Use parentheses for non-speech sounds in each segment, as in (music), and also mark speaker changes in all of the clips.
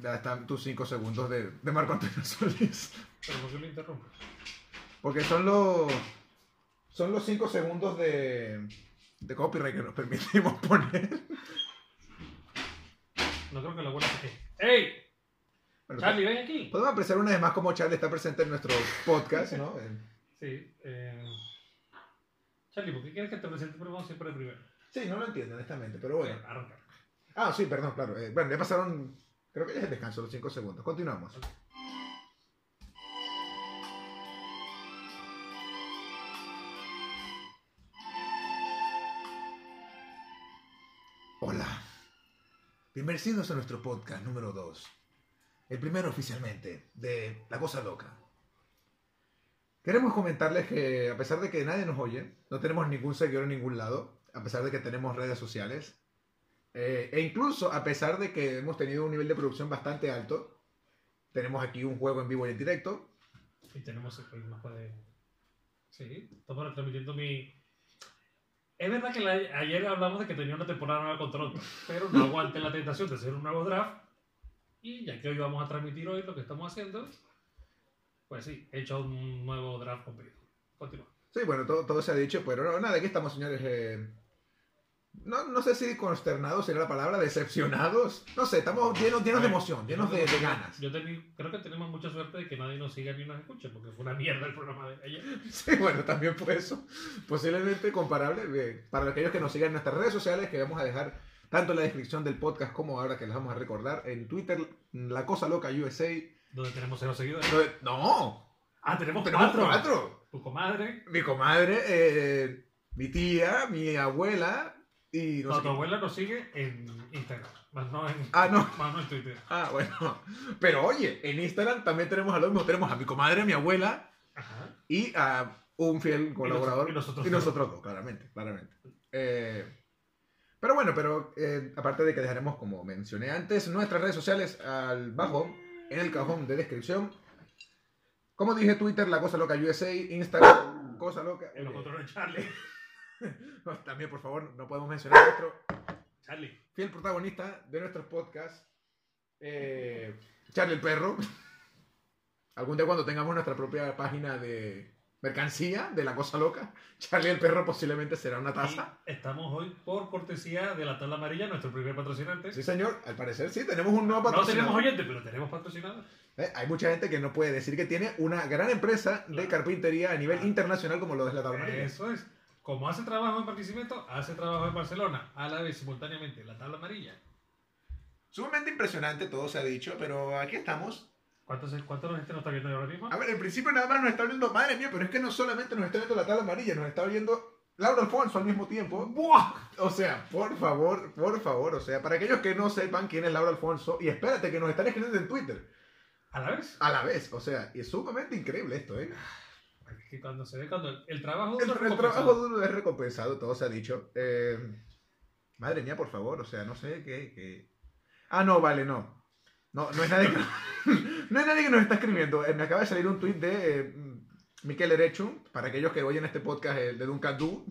Speaker 1: Ya están tus 5 segundos de, de Marco Antonio (laughs) Solís.
Speaker 2: Pero ¿por qué lo interrumpes?
Speaker 1: Porque son los. Son los 5 segundos de. de copyright que nos permitimos (laughs) poner.
Speaker 2: No creo que la abuela se queje. ¡Ey!
Speaker 1: Bueno,
Speaker 2: Charlie, ven aquí.
Speaker 1: Podemos apreciar una vez más cómo Charlie está presente en nuestro podcast, ¿no?
Speaker 2: Sí. Eh... Charlie, ¿por qué quieres que te presente primero siempre el primero?
Speaker 1: Sí, no lo entiendo, honestamente, pero bueno.
Speaker 2: Arranca.
Speaker 1: Ah, sí, perdón, claro. Eh, bueno, ya pasaron. Creo que ya es el descanso, los 5 segundos. Continuamos. Hola. Bienvenidos a nuestro podcast número 2. El primero oficialmente de La Cosa Loca. Queremos comentarles que a pesar de que nadie nos oye, no tenemos ningún seguidor en ningún lado, a pesar de que tenemos redes sociales, eh, e incluso a pesar de que hemos tenido un nivel de producción bastante alto, tenemos aquí un juego en vivo y en directo.
Speaker 2: Y tenemos el más de. Sí, estamos retransmitiendo mi. Es verdad que la- ayer hablamos de que tenía una temporada nueva con Toronto, pero no aguanté la tentación de hacer un nuevo draft. Y ya que hoy vamos a transmitir hoy lo que estamos haciendo, pues sí, he hecho un nuevo draft completo. Continúa.
Speaker 1: Sí, bueno, todo, todo se ha dicho, pero no, nada, aquí estamos, señores. eh, no, no sé si consternados sería la palabra, decepcionados. No sé, estamos llenos, llenos de emoción, llenos de, de ganas.
Speaker 2: Yo teni- creo que tenemos mucha suerte de que nadie nos siga ni nos escuche, porque fue una mierda el programa de ayer.
Speaker 1: Sí, bueno, también por eso. Posiblemente comparable eh, para aquellos que nos sigan en nuestras redes sociales, que vamos a dejar tanto en la descripción del podcast como ahora que les vamos a recordar. En Twitter, La Cosa Loca USA.
Speaker 2: Donde tenemos cero seguidores.
Speaker 1: No, No,
Speaker 2: Ah, tenemos,
Speaker 1: tenemos
Speaker 2: cuatro.
Speaker 1: cuatro.
Speaker 2: Tu comadre.
Speaker 1: mi comadre, eh, mi tía, mi abuela y no
Speaker 2: No,
Speaker 1: sé
Speaker 2: tu
Speaker 1: quién.
Speaker 2: abuela nos sigue en Instagram. Más no en,
Speaker 1: Ah, no.
Speaker 2: Más no en Twitter.
Speaker 1: Ah, bueno. Pero oye, en Instagram también tenemos a lo mismo. Tenemos a mi comadre, mi abuela
Speaker 2: Ajá.
Speaker 1: y a un fiel colaborador.
Speaker 2: y nosotros
Speaker 1: Y
Speaker 2: dos.
Speaker 1: nosotros dos, claramente, claramente. Eh, pero bueno, pero eh, aparte de que dejaremos, como mencioné antes, nuestras redes sociales al bajo, en el cajón de descripción. Como dije, Twitter, La Cosa Loca USA, Instagram, Cosa Loca.
Speaker 2: En los
Speaker 1: Oye,
Speaker 2: otros no Charlie.
Speaker 1: También, por favor, no podemos mencionar nuestro
Speaker 2: Charlie.
Speaker 1: fiel protagonista de nuestros podcasts, eh, Charlie el Perro. (laughs) Algún día cuando tengamos nuestra propia página de mercancía de la cosa loca, Charlie el Perro posiblemente será una taza.
Speaker 2: Y estamos hoy por cortesía de la tabla amarilla, nuestro primer patrocinante.
Speaker 1: Sí, señor, al parecer sí, tenemos un nuevo
Speaker 2: no
Speaker 1: patrocinador.
Speaker 2: tenemos oyentes, pero tenemos patrocinadores.
Speaker 1: Eh, Hay mucha gente que no puede decir que tiene una gran empresa de
Speaker 2: Claro.
Speaker 1: carpintería a nivel
Speaker 2: Claro.
Speaker 1: internacional como lo es la Tabarnilla.
Speaker 2: Eso es. Como hace trabajo en Barquisimeto, hace trabajo en Barcelona. A la vez, simultáneamente, la tabla amarilla.
Speaker 1: Sumamente impresionante, todo se ha dicho, pero aquí estamos
Speaker 2: ¿Cuántos, cuántos gente nos está viendo ahora mismo?
Speaker 1: A ver, al principio nada más nos está viendo, madre mía, pero es que no solamente nos está viendo la tabla amarilla, nos está viendo Laura Alfonso al mismo tiempo.
Speaker 2: ¡Buah!
Speaker 1: O sea, por favor, por favor, o sea, para aquellos que no sepan quién es Laura Alfonso, y espérate que nos están escribiendo en Twitter
Speaker 2: A la vez.
Speaker 1: a la vez, o sea, y es sumamente increíble esto, ¿eh?
Speaker 2: Es que cuando se ve, cuando el, el trabajo
Speaker 1: El,
Speaker 2: duro es
Speaker 1: el trabajo
Speaker 2: recompensado.
Speaker 1: duro es recompensado, todo se ha dicho. Eh, madre mía, por favor, o sea, no sé qué. qué- Ah, no, vale, no. No, no es nadie que, no (laughs) es nadie que nos está escribiendo. Eh, me acaba de salir un tuit de eh, Miquel Erechu, para aquellos que oyen este podcast, el de Duncan Du.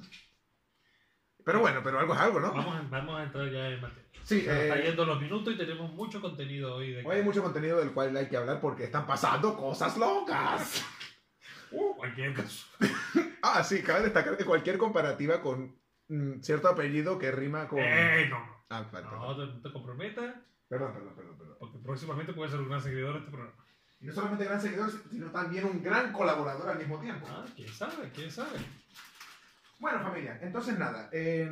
Speaker 1: Pero bueno, pero algo es algo, ¿no?
Speaker 2: Vamos, a- vamos a entrar ya en materia.
Speaker 1: Sí,
Speaker 2: Se nos está
Speaker 1: eh,
Speaker 2: yendo los minutos y tenemos mucho contenido hoy. De
Speaker 1: hoy hay mucho contenido del cual hay que hablar porque están pasando cosas locas. (laughs)
Speaker 2: Uh, cualquier caso.
Speaker 1: Ah, sí, cabe destacar que cualquier comparativa con mm, cierto apellido que rima con...
Speaker 2: Eh, no.
Speaker 1: Ah, vale, perdón.
Speaker 2: No te, no te comprometas,
Speaker 1: Perdón, perdón, perdón, perdón.
Speaker 2: porque próximamente puedes ser un gran seguidor de este programa.
Speaker 1: Y no solamente gran seguidor, sino también un gran colaborador al mismo tiempo.
Speaker 2: Ah, quién sabe, quién sabe.
Speaker 1: Bueno, familia, entonces nada. eh,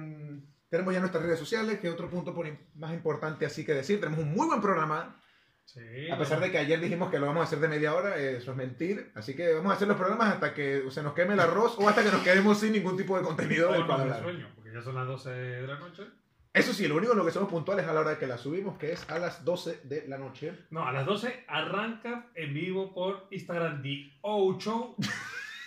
Speaker 1: tenemos ya nuestras redes sociales, que otro punto por im- más importante así que decir. Tenemos un muy buen programa.
Speaker 2: Sí.
Speaker 1: A pesar de que ayer dijimos que lo vamos a hacer de media hora, eh, eso es mentir. Así que vamos a hacer los programas hasta que se nos queme el arroz o hasta que nos quedemos sin ningún tipo de contenido del
Speaker 2: no,
Speaker 1: cual
Speaker 2: no, me
Speaker 1: hablar.
Speaker 2: sueño, porque ya son las 12 de la noche.
Speaker 1: Eso sí, lo único en lo que somos puntuales a la hora que la subimos, que es a las 12 de la noche.
Speaker 2: No, a las 12 arranca en vivo por Instagram The O Show.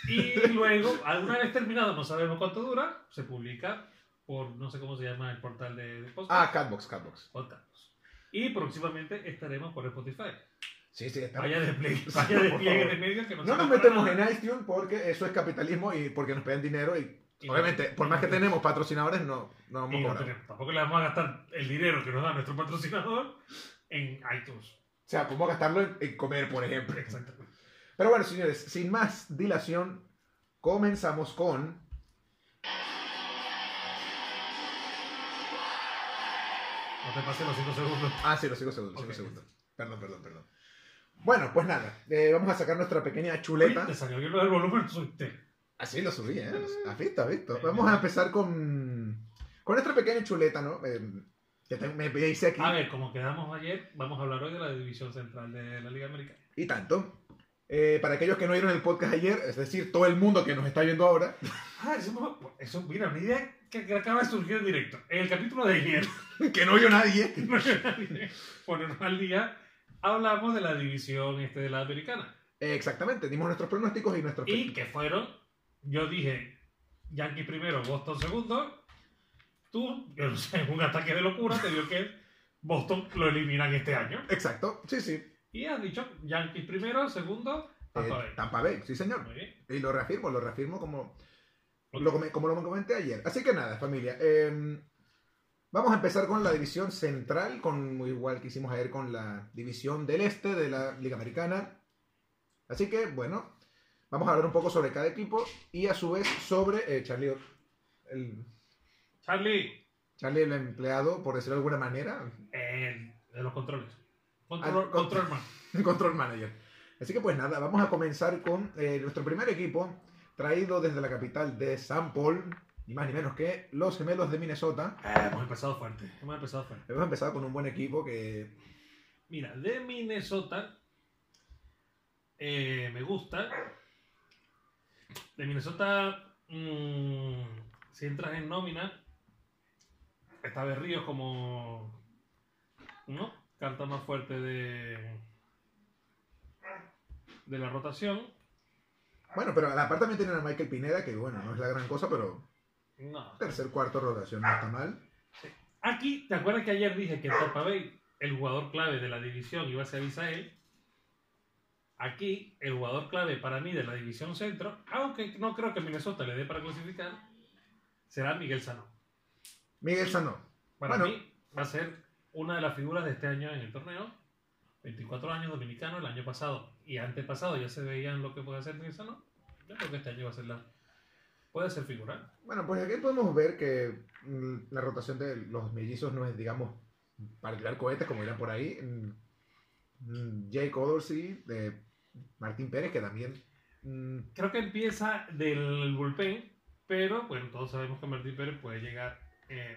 Speaker 2: Y
Speaker 1: (laughs)
Speaker 2: luego, alguna vez terminado, no sabemos cuánto dura, se publica por no sé cómo se llama el portal de, de podcast.
Speaker 1: Ah, Catbox, Catbox.
Speaker 2: Podcasts. Y próximamente estaremos por Spotify.
Speaker 1: Sí, sí, está
Speaker 2: Vaya despliegue,
Speaker 1: Sí,
Speaker 2: (laughs) vaya
Speaker 1: por
Speaker 2: despliegue
Speaker 1: favor.
Speaker 2: de medios que
Speaker 1: No nos
Speaker 2: sirve para
Speaker 1: metemos
Speaker 2: nada.
Speaker 1: en iTunes porque eso es capitalismo y porque nos piden dinero y
Speaker 2: Y-
Speaker 1: obviamente, por más que
Speaker 2: y-
Speaker 1: tenemos patrocinadores, no, no vamos
Speaker 2: y
Speaker 1: a
Speaker 2: no
Speaker 1: cobrar.
Speaker 2: tenemos. Tampoco le vamos a gastar el dinero que nos da nuestro patrocinador en iTunes.
Speaker 1: O sea, podemos gastarlo en, en comer, por ejemplo.
Speaker 2: Exactamente.
Speaker 1: Pero bueno, señores, sin más dilación, comenzamos con.
Speaker 2: No te pases los 5 segundos.
Speaker 1: Ah, sí, los 5 segundos, los cinco
Speaker 2: Ok.
Speaker 1: segundos. Perdón, perdón, perdón. Bueno, pues nada, eh, vamos a sacar nuestra pequeña chuleta.
Speaker 2: Oye, te salió bien lo del volumen, soy usted.
Speaker 1: Así lo subí, ¿eh? ¿Has visto? ¿Has visto? Vamos a empezar con, con nuestra pequeña chuleta, ¿no? Eh, que te- me hice aquí
Speaker 2: A ver, como quedamos ayer, vamos a hablar hoy de la división central de la Liga Americana.
Speaker 1: y tanto. Eh, para aquellos que no vieron el podcast ayer, es decir, todo el mundo que nos está viendo ahora, (laughs)
Speaker 2: Ah, eso, me- eso mira, una idea que, que acaba de surgir en directo. El capítulo de ayer, (laughs)
Speaker 1: que no vio nadie,
Speaker 2: ponernos al día, hablamos de la división este de la Americana.
Speaker 1: Eh, exactamente, dimos nuestros pronósticos y nuestros...
Speaker 2: Y que fueron, yo dije, Yankees primero, Boston segundo. Tú, yo no sé, (laughs) un ataque de locura, te dio que Boston lo eliminan este año.
Speaker 1: Exacto, sí, sí. Eh,
Speaker 2: Y has dicho, Yankees primero, segundo, Tampa Bay.
Speaker 1: Tampa Bay, sí señor.
Speaker 2: Muy bien.
Speaker 1: Y lo reafirmo, lo reafirmo como,
Speaker 2: Ok.
Speaker 1: lo, come- como lo comenté ayer. Así que nada, familia. eh, vamos a empezar con la división central, con muy igual que hicimos ayer con la división del este de la Liga Americana. Así que bueno, vamos a hablar un poco sobre cada equipo y a su vez sobre eh, Charlie, el,
Speaker 2: Charlie,
Speaker 1: Charlie el empleado, por decirlo de alguna manera,
Speaker 2: el Eh, de los controles.
Speaker 1: Ah,
Speaker 2: Control,
Speaker 1: con-
Speaker 2: control man.
Speaker 1: (laughs) el control manager. Así que pues nada, vamos a comenzar con eh, nuestro primer equipo, traído desde la capital de San Paul, ni más ni menos que los gemelos de Minnesota.
Speaker 2: Ah, hemos empezado fuerte. Hemos empezado fuerte.
Speaker 1: Hemos empezado con un buen equipo que.
Speaker 2: Mira, de Minnesota, eh, me gusta. De Minnesota, mm, si entras en nómina, está Berríos como, ¿no? Carta más fuerte de, de la rotación.
Speaker 1: Bueno, pero aparte también tienen a Michael Pineda, que bueno, no es la gran cosa, pero
Speaker 2: No.
Speaker 1: tercer, cuarto rotación no está mal.
Speaker 2: Aquí, ¿te acuerdas que ayer dije que Tampa Bay, el jugador clave de la división, iba a ser Isael? Aquí, el jugador clave para mí de la división centro, aunque no creo que Minnesota le dé para clasificar, será Miguel Sano.
Speaker 1: Miguel Sano.
Speaker 2: Para
Speaker 1: Bueno.
Speaker 2: mí, va a ser una de las figuras de este año en el torneo. 24 años dominicano, el año pasado y antepasado ya se veían lo que puede hacer Miguel Sano. Yo creo que este año va a ser la. Puede ser figura.
Speaker 1: Bueno, pues aquí podemos ver que mm, la rotación de los mellizos no es, digamos, para tirar cohetes, como dirán por ahí. Mm, mm, Jake Odorsey, de Martín Pérez, que también. mm,
Speaker 2: creo que empieza del bullpen, pero bueno, todos sabemos que Martín Pérez puede llegar. eh,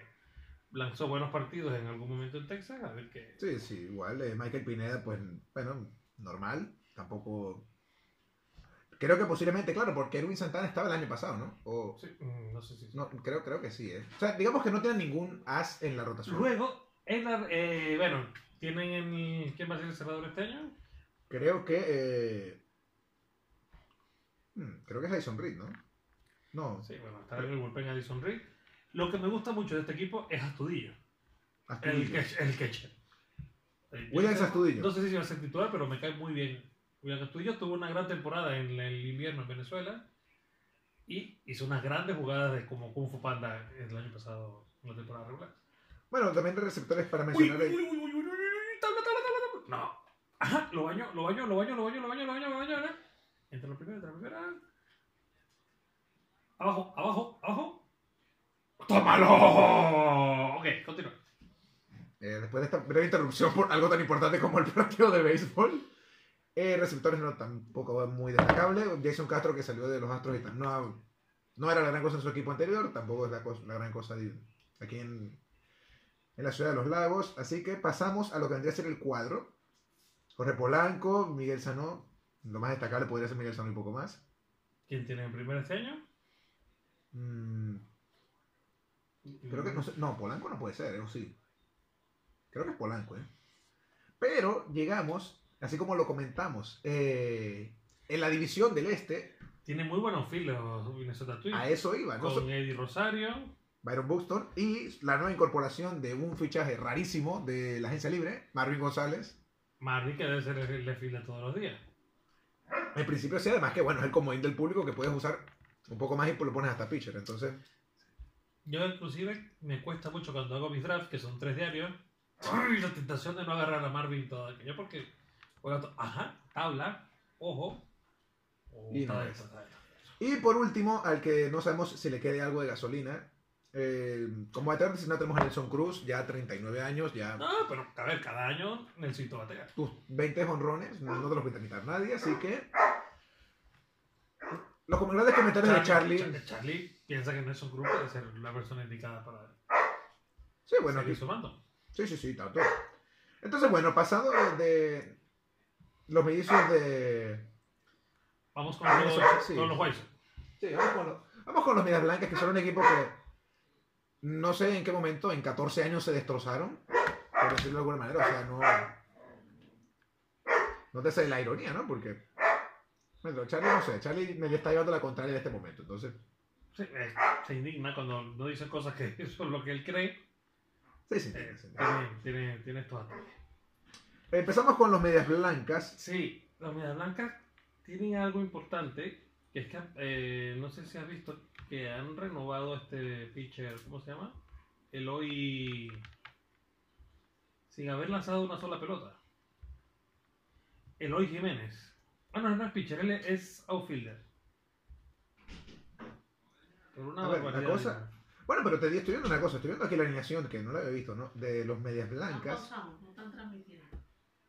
Speaker 2: lanzó buenos partidos en algún momento en Texas, a ver qué.
Speaker 1: sí, sí, igual. eh, Michael Pineda, pues, bueno, normal. Tampoco. Creo que posiblemente, claro, porque Erwin Santana estaba el año pasado, ¿no? O,
Speaker 2: sí, mm, no sé si.
Speaker 1: No, creo, creo que sí, ¿eh? O sea, digamos que no tienen ningún as en la rotación.
Speaker 2: Luego, en la- eh, bueno, tienen el. ¿Quién va a ser el cerrador este año?
Speaker 1: Creo que. eh, hmm, creo que es Jason Reed, ¿no? No,
Speaker 2: Sí, bueno, está en el bullpen Addison Reed. Lo que me gusta mucho de este equipo es Astudillo, el,
Speaker 1: Astudillo.
Speaker 2: catch- el catcher. Eh, yo
Speaker 1: Williams
Speaker 2: no sé-
Speaker 1: Astudillo.
Speaker 2: No sé si va a ser titular, pero me cae muy bien. Williams Astudillo tuvo una gran temporada en el invierno en Venezuela y hizo unas grandes jugadas de como Kung Fu Panda el año pasado en la temporada regular.
Speaker 1: Bueno, también de receptores para
Speaker 2: Uy,
Speaker 1: mencionar.
Speaker 2: uy,
Speaker 1: el-
Speaker 2: uy, uy, uy, uy, uy, uy, tabla, tabla, tabla, tabla. No. Ajá, lo baño, lo baño, lo baño, lo baño, lo baño, lo baño, lo baño. ¿verdad? Entra la primera, entra la primera. Abajo, abajo, abajo. ¡Tómalo! Ok, continúa.
Speaker 1: eh, después de esta breve interrupción por algo tan importante como el (laughs) partido de béisbol. eh, receptores no tampoco muy destacable. Jason Castro que salió de los Astros y tal. No, no era la gran cosa en su equipo anterior, tampoco es la, cos- la gran cosa de- aquí en, en la ciudad de los lagos. Así que pasamos a lo que vendría a ser el cuadro. Jorge Polanco, Miguel Sanó. Lo más destacable podría ser Miguel Sanó y poco más.
Speaker 2: ¿Quién tiene en primera este año?
Speaker 1: Mm, Creo
Speaker 2: Mm.
Speaker 1: que no sé- No, Polanco no puede ser, ¿eh? ¿O sí? Creo que es Polanco, ¿eh? Pero llegamos, así como lo comentamos, eh, en la división del este,
Speaker 2: Tiene muy buenos filos Minnesota Twins.
Speaker 1: a eso iba, ¿no?
Speaker 2: Con Eddie Rosario.
Speaker 1: Byron Buxton y la nueva incorporación de un fichaje rarísimo de la agencia libre, Marvin González.
Speaker 2: Mardi, que debe ser el de fila todos los días.
Speaker 1: En principio sí, además que bueno, es el comodín del público que puedes usar un poco más y lo pones hasta pitcher. Entonces,
Speaker 2: Yo inclusive me cuesta mucho cuando hago mis drafts, que son tres diarios. ¡ay! La tentación de no agarrar a Marvin toda aquella porque Oiga, to- ajá, tabla, ojo. Oh,
Speaker 1: Y
Speaker 2: está
Speaker 1: no
Speaker 2: bien,
Speaker 1: es.
Speaker 2: está bien.
Speaker 1: Y por último, al que no sabemos si le quede algo de gasolina. eh, como eterno si no tenemos a Nelson Cruz, ya 39 años, ya
Speaker 2: No, pero a ver, cada año necesito batear.
Speaker 1: tus 20 honrones, no, no te los puede quitar nadie, así que. Los com- grandes comentarios de Charlie.
Speaker 2: Charlie, piensa que Nelson Cruz puede ser la persona indicada para
Speaker 1: Sí, bueno,
Speaker 2: seguir
Speaker 1: aquí-
Speaker 2: sumando.
Speaker 1: sí, sí, sí, tanto. Entonces, bueno, pasando de, de los mellizos de.
Speaker 2: Vamos con,
Speaker 1: Ah,
Speaker 2: los,
Speaker 1: eso sí.
Speaker 2: con los White Sox.
Speaker 1: Sí, vamos con, los, vamos con los Medias Blancas, que son un equipo que no sé en qué momento, en 14 años se destrozaron, por decirlo de alguna manera. O sea, no. No te sé la ironía, ¿no? Porque. Bueno, Charlie, no sé, Charlie me está llevando la contraria en este momento, entonces.
Speaker 2: Sí, eh, se indigna cuando no dice cosas que (laughs) son lo que él cree.
Speaker 1: Sí, sí,
Speaker 2: Eh,
Speaker 1: sí, sí.
Speaker 2: tiene, tiene, tiene estos ataques.
Speaker 1: Empezamos con los medias blancas.
Speaker 2: Sí, los Medias Blancas tienen algo importante, que es que eh, no sé si has visto que han renovado este pitcher, ¿cómo se llama? Eloy sin haber lanzado una sola pelota. Eloy Jiménez. Ah, no, no es pitcher, él es outfielder. Por una
Speaker 1: A ver, la
Speaker 2: barbaridad,
Speaker 1: cosa-
Speaker 2: digamos.
Speaker 1: Bueno, pero te di- estoy viendo una cosa, estoy viendo aquí la alineación que no la había visto, ¿no? De los medias
Speaker 3: No
Speaker 1: blancas.
Speaker 3: pausamos, no están transmitiendo.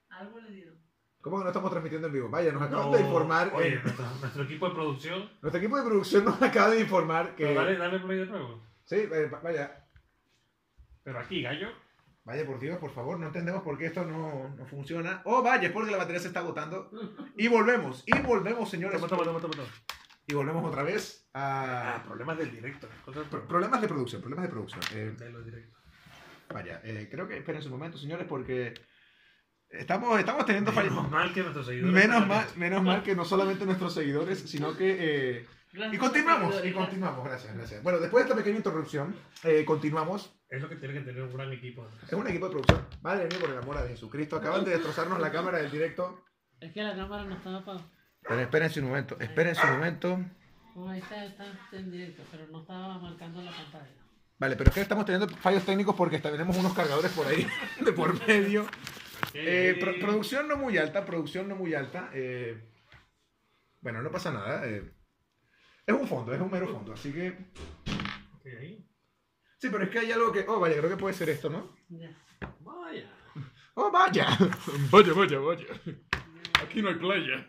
Speaker 3: Algo le dieron.
Speaker 1: ¿Cómo que no estamos transmitiendo en vivo? Vaya, nos acaban
Speaker 2: No,
Speaker 1: de informar. eh,
Speaker 2: Oye, nuestro, nuestro equipo de
Speaker 1: (laughs)
Speaker 2: producción.
Speaker 1: nuestro equipo de producción nos acaba de informar que.
Speaker 2: Pero Dale, dale play de nuevo.
Speaker 1: Sí, eh, va- vaya.
Speaker 2: Pero aquí, gallo.
Speaker 1: Vaya, por Dios, por favor, no entendemos por qué esto no, no funciona. Oh, vaya, es porque la batería se está agotando. Y volvemos, y volvemos, señores.
Speaker 2: Toma, toma, toma, toma, toma.
Speaker 1: Y volvemos otra vez
Speaker 2: Ah,
Speaker 1: a.
Speaker 2: problemas del directo. Cosas
Speaker 1: Pro- Problemas de producción, problemas de producción. Eh,
Speaker 2: de los directos.
Speaker 1: vaya, eh, creo que esperen un momento, señores, porque estamos, estamos teniendo fallas.
Speaker 2: Menos mal que nuestros seguidores.
Speaker 1: Menos
Speaker 2: están
Speaker 1: mal,
Speaker 2: atentos.
Speaker 1: menos mal que no solamente nuestros seguidores, sino que... eh,
Speaker 3: Gracias,
Speaker 1: Y continuamos, y
Speaker 3: seguidores.
Speaker 1: continuamos, gracias, gracias. Bueno, después de esta pequeña interrupción, eh, continuamos.
Speaker 2: Es lo que tiene que tener un gran equipo.
Speaker 1: Es
Speaker 2: detrás.
Speaker 1: un equipo de producción. Madre mía, por el amor de Jesucristo, acaban de destrozarnos la cámara del directo.
Speaker 3: Es que la cámara no estaba apagada.
Speaker 1: Pero espérense un momento, espérense un momento.
Speaker 3: No, oh, ahí está, está en directo, pero no estaba marcando la pantalla.
Speaker 1: Vale, pero es que estamos teniendo fallos técnicos porque hasta tenemos unos cargadores por ahí (laughs) de por medio. Eh, pro- producción no muy alta, producción no muy alta. eh, bueno, no pasa nada. eh. es un fondo, es un mero fondo, así que...
Speaker 2: Ok, ahí.
Speaker 1: Sí, pero es que hay algo que... Oh, vaya, creo que puede ser esto, ¿no?
Speaker 3: Ya.
Speaker 2: Vaya.
Speaker 1: ¡Oh, vaya! (laughs) vaya, vaya, vaya. Aquí no hay playa.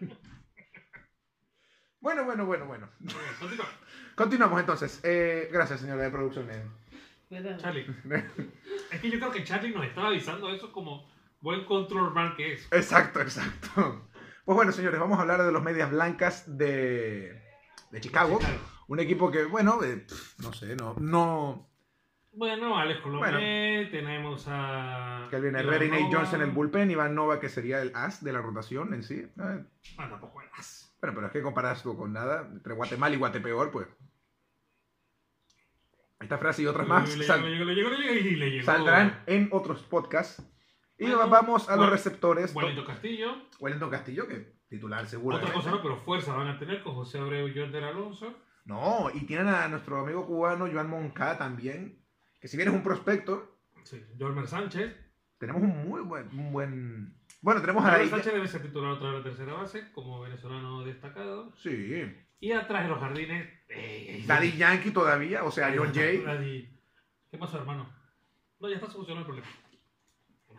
Speaker 1: Bueno, bueno, bueno, bueno.
Speaker 2: Bueno, continúa.
Speaker 1: Continuamos entonces. Eh, gracias, señora de producción. eh.
Speaker 2: (laughs)
Speaker 3: Cuéntame.
Speaker 2: Charlie. es que yo creo que Charlie nos estaba avisando eso como buen control man que es.
Speaker 1: Exacto, exacto. Pues bueno, señores, vamos a hablar de los medias blancas de, de Chicago. Un equipo que, bueno, eh, pf, no sé, no, no.
Speaker 2: Bueno, Alex Colomé,
Speaker 1: Bueno.
Speaker 2: tenemos a.
Speaker 1: Calvin
Speaker 2: Iván
Speaker 1: Herrera y Nate
Speaker 2: Nova.
Speaker 1: Johnson en el bullpen, Iván Nova, que sería el as de la rotación en sí. Eh, bueno,
Speaker 2: Ah, tampoco eras.
Speaker 1: pero es que comparas tú con nada, entre Guatemala y Guatepeor, pues. Esta frase y otras más
Speaker 2: Le llegó,
Speaker 1: sal-
Speaker 2: le llegó, le llegó, le llegó y le llegó.
Speaker 1: saldrán en otros podcasts. Y
Speaker 2: Bueno,
Speaker 1: vamos a los
Speaker 2: bueno,
Speaker 1: receptores.
Speaker 2: Juanito Castillo.
Speaker 1: Wellington Castillo, que titular seguro. ¿eh?
Speaker 2: Otra cosa no, pero fuerza van a tener con José Abreu y Jordan Alonso.
Speaker 1: No, y tienen a nuestro amigo cubano Joan Moncada también, que si bien es un prospecto,
Speaker 2: Sí, Jormer Sánchez.
Speaker 1: tenemos un muy buen... un buen... Bueno, tenemos a...
Speaker 2: Jormer Sánchez debe ser titular otra vez en la tercera base, como venezolano destacado.
Speaker 1: Sí.
Speaker 2: Y atrás de los jardines. eh, eh,
Speaker 1: Daddy Yankee todavía, o sea, John Jay.
Speaker 2: Daddy- ¿Qué pasó, hermano? No, ya está solucionado el problema. Ok.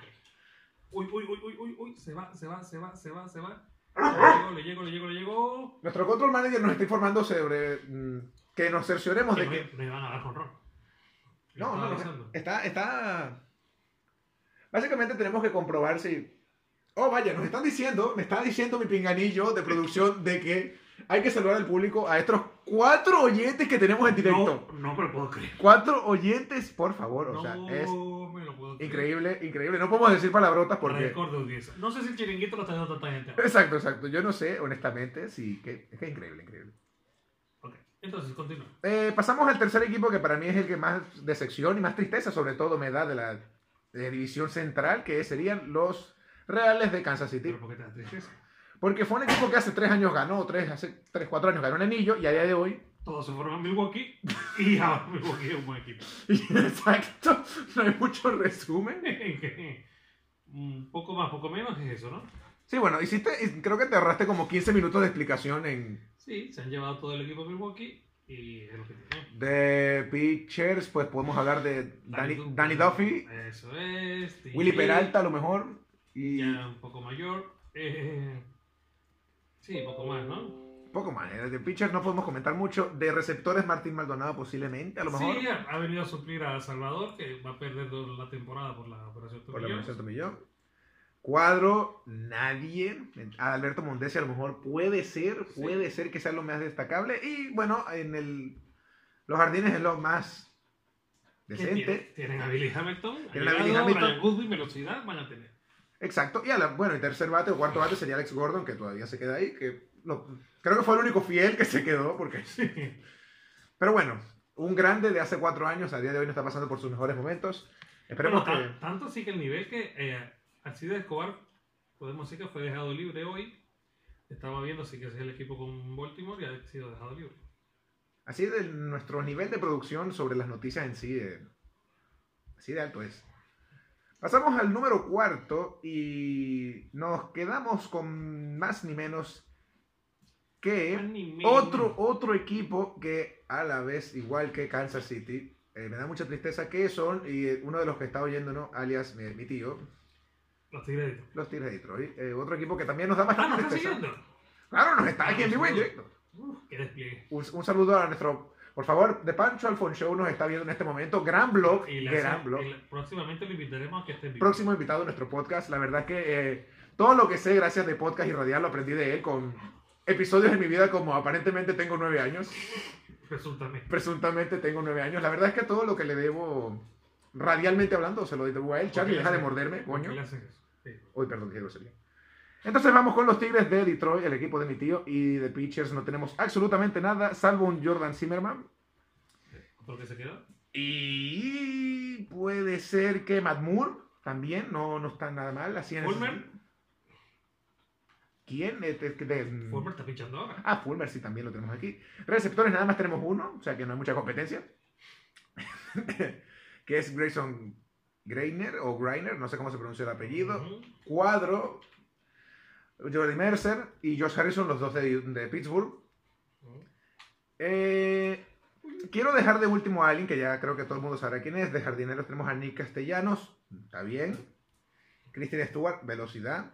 Speaker 2: Uy, uy, uy, uy, uy, uy. Se va, se va, se va, se va, se va. Le llego, le llego, le llego, le llego.
Speaker 1: Nuestro control manager nos está informando sobre... mm, que nos cercioremos
Speaker 2: Que
Speaker 1: de
Speaker 2: me,
Speaker 1: que...
Speaker 2: me van a dar con Ron.
Speaker 1: No, no, no. Está, está... Básicamente tenemos que comprobar si... Oh, vaya, nos están diciendo, me está diciendo mi pinganillo de
Speaker 2: (laughs)
Speaker 1: producción de que hay que saludar al público a estos cuatro oyentes que tenemos en directo.
Speaker 2: No, no me lo puedo creer.
Speaker 1: Cuatro oyentes, por favor. O
Speaker 2: No
Speaker 1: sea, es
Speaker 2: me lo puedo creer.
Speaker 1: increíble, increíble. No podemos decir palabrotas
Speaker 2: Para
Speaker 1: porque.
Speaker 2: el corte de audiencia. No sé si el chiringuito lo está dando tanta gente.
Speaker 1: Exacto, exacto. Yo no sé, honestamente, sí, que es que es increíble, increíble.
Speaker 2: Ok, entonces continúa.
Speaker 1: Eh, pasamos al tercer equipo que para mí es el que más decepción y más tristeza, sobre todo, me da de la eh, división central, que serían los Reales de Kansas City.
Speaker 2: Pero ¿por qué te da tristeza?
Speaker 1: Porque fue un equipo que hace tres años ganó, tres, hace tres, cuatro años ganó un anillo y a día de hoy. (laughs)
Speaker 2: Todos se fueron a Milwaukee (laughs) y ahora Milwaukee es un buen equipo. (laughs)
Speaker 1: exacto, no hay mucho resumen.
Speaker 2: mm, Un poco más, poco menos es eso, ¿no?
Speaker 1: Sí, bueno, hiciste, y creo que te ahorraste como 15 minutos de explicación en
Speaker 2: Sí, se han llevado todo el equipo de Milwaukee y es lo que tiene.
Speaker 1: The Pitchers, pues podemos hablar de Danny, Danny Duffy,
Speaker 2: Eso es. Tim
Speaker 1: Willy
Speaker 2: Lee,
Speaker 1: Peralta a lo mejor, y
Speaker 2: Ya un poco mayor. eh, sí, poco más, ¿no?
Speaker 1: poco más. Eh, De Pitchers no podemos comentar mucho, de receptores Martín Maldonado posiblemente, a lo mejor,
Speaker 2: Sí, ha ha venido a suplir a Salvador, que va a perder dos- la temporada por la operación
Speaker 1: por la
Speaker 2: tobillo.
Speaker 1: menos millón. Cuadro, nadie. A Alberto Mondesi a lo mejor puede ser,
Speaker 2: Sí.
Speaker 1: puede ser que sea lo más destacable. Y bueno, en el Los Jardines es lo más
Speaker 2: ¿Qué
Speaker 1: decente.
Speaker 2: tienen? Tienen a Billy Hamilton,
Speaker 1: Tienen a
Speaker 2: llegado,
Speaker 1: Billy Hamilton.
Speaker 2: Brian Goodwin, velocidad van a tener. (laughs)
Speaker 1: Exacto. Y a la- bueno, el tercer bate o cuarto bate sería Alex Gordon, que todavía se queda ahí. Que lo- creo que fue el único fiel que se quedó. porque Pero bueno, un grande de hace cuatro años, a día de hoy no está pasando por sus mejores momentos. Esperemos
Speaker 2: Bueno,
Speaker 1: que...
Speaker 2: tan- Tanto así que el nivel que eh, así de Escobar, podemos decir que fue dejado libre hoy. Estaba viendo, así que ese es el equipo con Baltimore y ha sido dejado libre.
Speaker 1: Así de nuestro nivel de producción sobre las noticias en sí, de- así de alto es. Pasamos al número cuarto y nos quedamos con más ni menos
Speaker 2: Ah,
Speaker 1: que...
Speaker 2: Anime.
Speaker 1: Eh, Otro, otro equipo que a la vez, igual que Kansas City, eh, me da mucha tristeza que son, y eh, uno de los que está oyéndonos, alias mi, mi tío,
Speaker 2: Los Tigres de Detroit.
Speaker 1: los Tigres de Detroit, eh, otro equipo que también nos da
Speaker 2: Ah,
Speaker 1: bastante
Speaker 2: ¿nos está
Speaker 1: tristeza.
Speaker 2: siguiendo?
Speaker 1: Claro, nos está aquí en vivo y en directo.
Speaker 2: Uf, qué despliegue.
Speaker 1: Un, un saludo a nuestro, por favor, de Pancho Alfonso nos está viendo en este momento, gran blog,
Speaker 2: Y la-
Speaker 1: gran blog.
Speaker 2: y la- próximamente lo invitaremos a que esté en vivo.
Speaker 1: Próximo invitado de nuestro podcast, la verdad que eh, todo lo que sé gracias de podcast y radial lo aprendí de él con episodios de mi vida como aparentemente tengo nueve años.
Speaker 2: Presúntame.
Speaker 1: presuntamente tengo nueve años. La verdad es que todo lo que le debo, radialmente hablando, se lo debo a él. Charlie,
Speaker 2: qué
Speaker 1: deja de
Speaker 2: le-
Speaker 1: morderme,
Speaker 2: ¿Por qué
Speaker 1: coño.
Speaker 2: le hacen eso? Sí.
Speaker 1: Uy, perdón, qué grosería. Entonces vamos con los Tigres de Detroit, el equipo de mi tío, y de pitchers no tenemos absolutamente nada, salvo un Jordan Zimmerman.
Speaker 2: ¿Por qué se quedó?
Speaker 1: Y puede ser que Matt Moore también, no, no está nada mal. Así en
Speaker 2: Fulmer.
Speaker 1: ¿Quién? Este, este, de-
Speaker 2: Former está pinchando ahora.
Speaker 1: Ah, Fulmer sí también lo tenemos aquí. Receptores nada más tenemos uno, o sea que no hay mucha competencia. (laughs) que es Grayson Greiner o Greiner, no sé cómo se pronuncia el apellido.
Speaker 2: Ujú.
Speaker 1: Cuadro, Jordi Mercer y Josh Harrison, los dos de, de Pittsburgh.
Speaker 2: Ujú.
Speaker 1: Eh, quiero dejar de último a alguien que ya creo que todo el mundo sabrá quién es. De jardineros tenemos a Nick Castellanos, está bien. Christian Stewart, velocidad.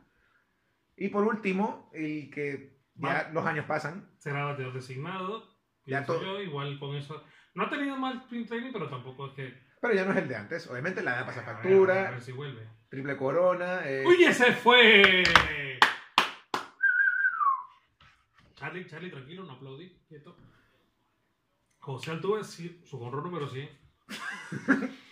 Speaker 1: Y por último, el que ya los años pasan,
Speaker 2: Será bateador designado.
Speaker 1: Ya
Speaker 2: pienso
Speaker 1: todo-
Speaker 2: yo, igual con eso. No ha tenido mal sprint training, pero tampoco es que.
Speaker 1: Pero ya no es el de antes. Obviamente la edad pasa
Speaker 2: A ver, a
Speaker 1: factura,
Speaker 2: ver si vuelve.
Speaker 1: triple corona. eh,
Speaker 2: ¡Uy, ese fue! Charlie, Charlie, tranquilo, no aplaudí. Quieto. José Altuve, sí, su honor número 100.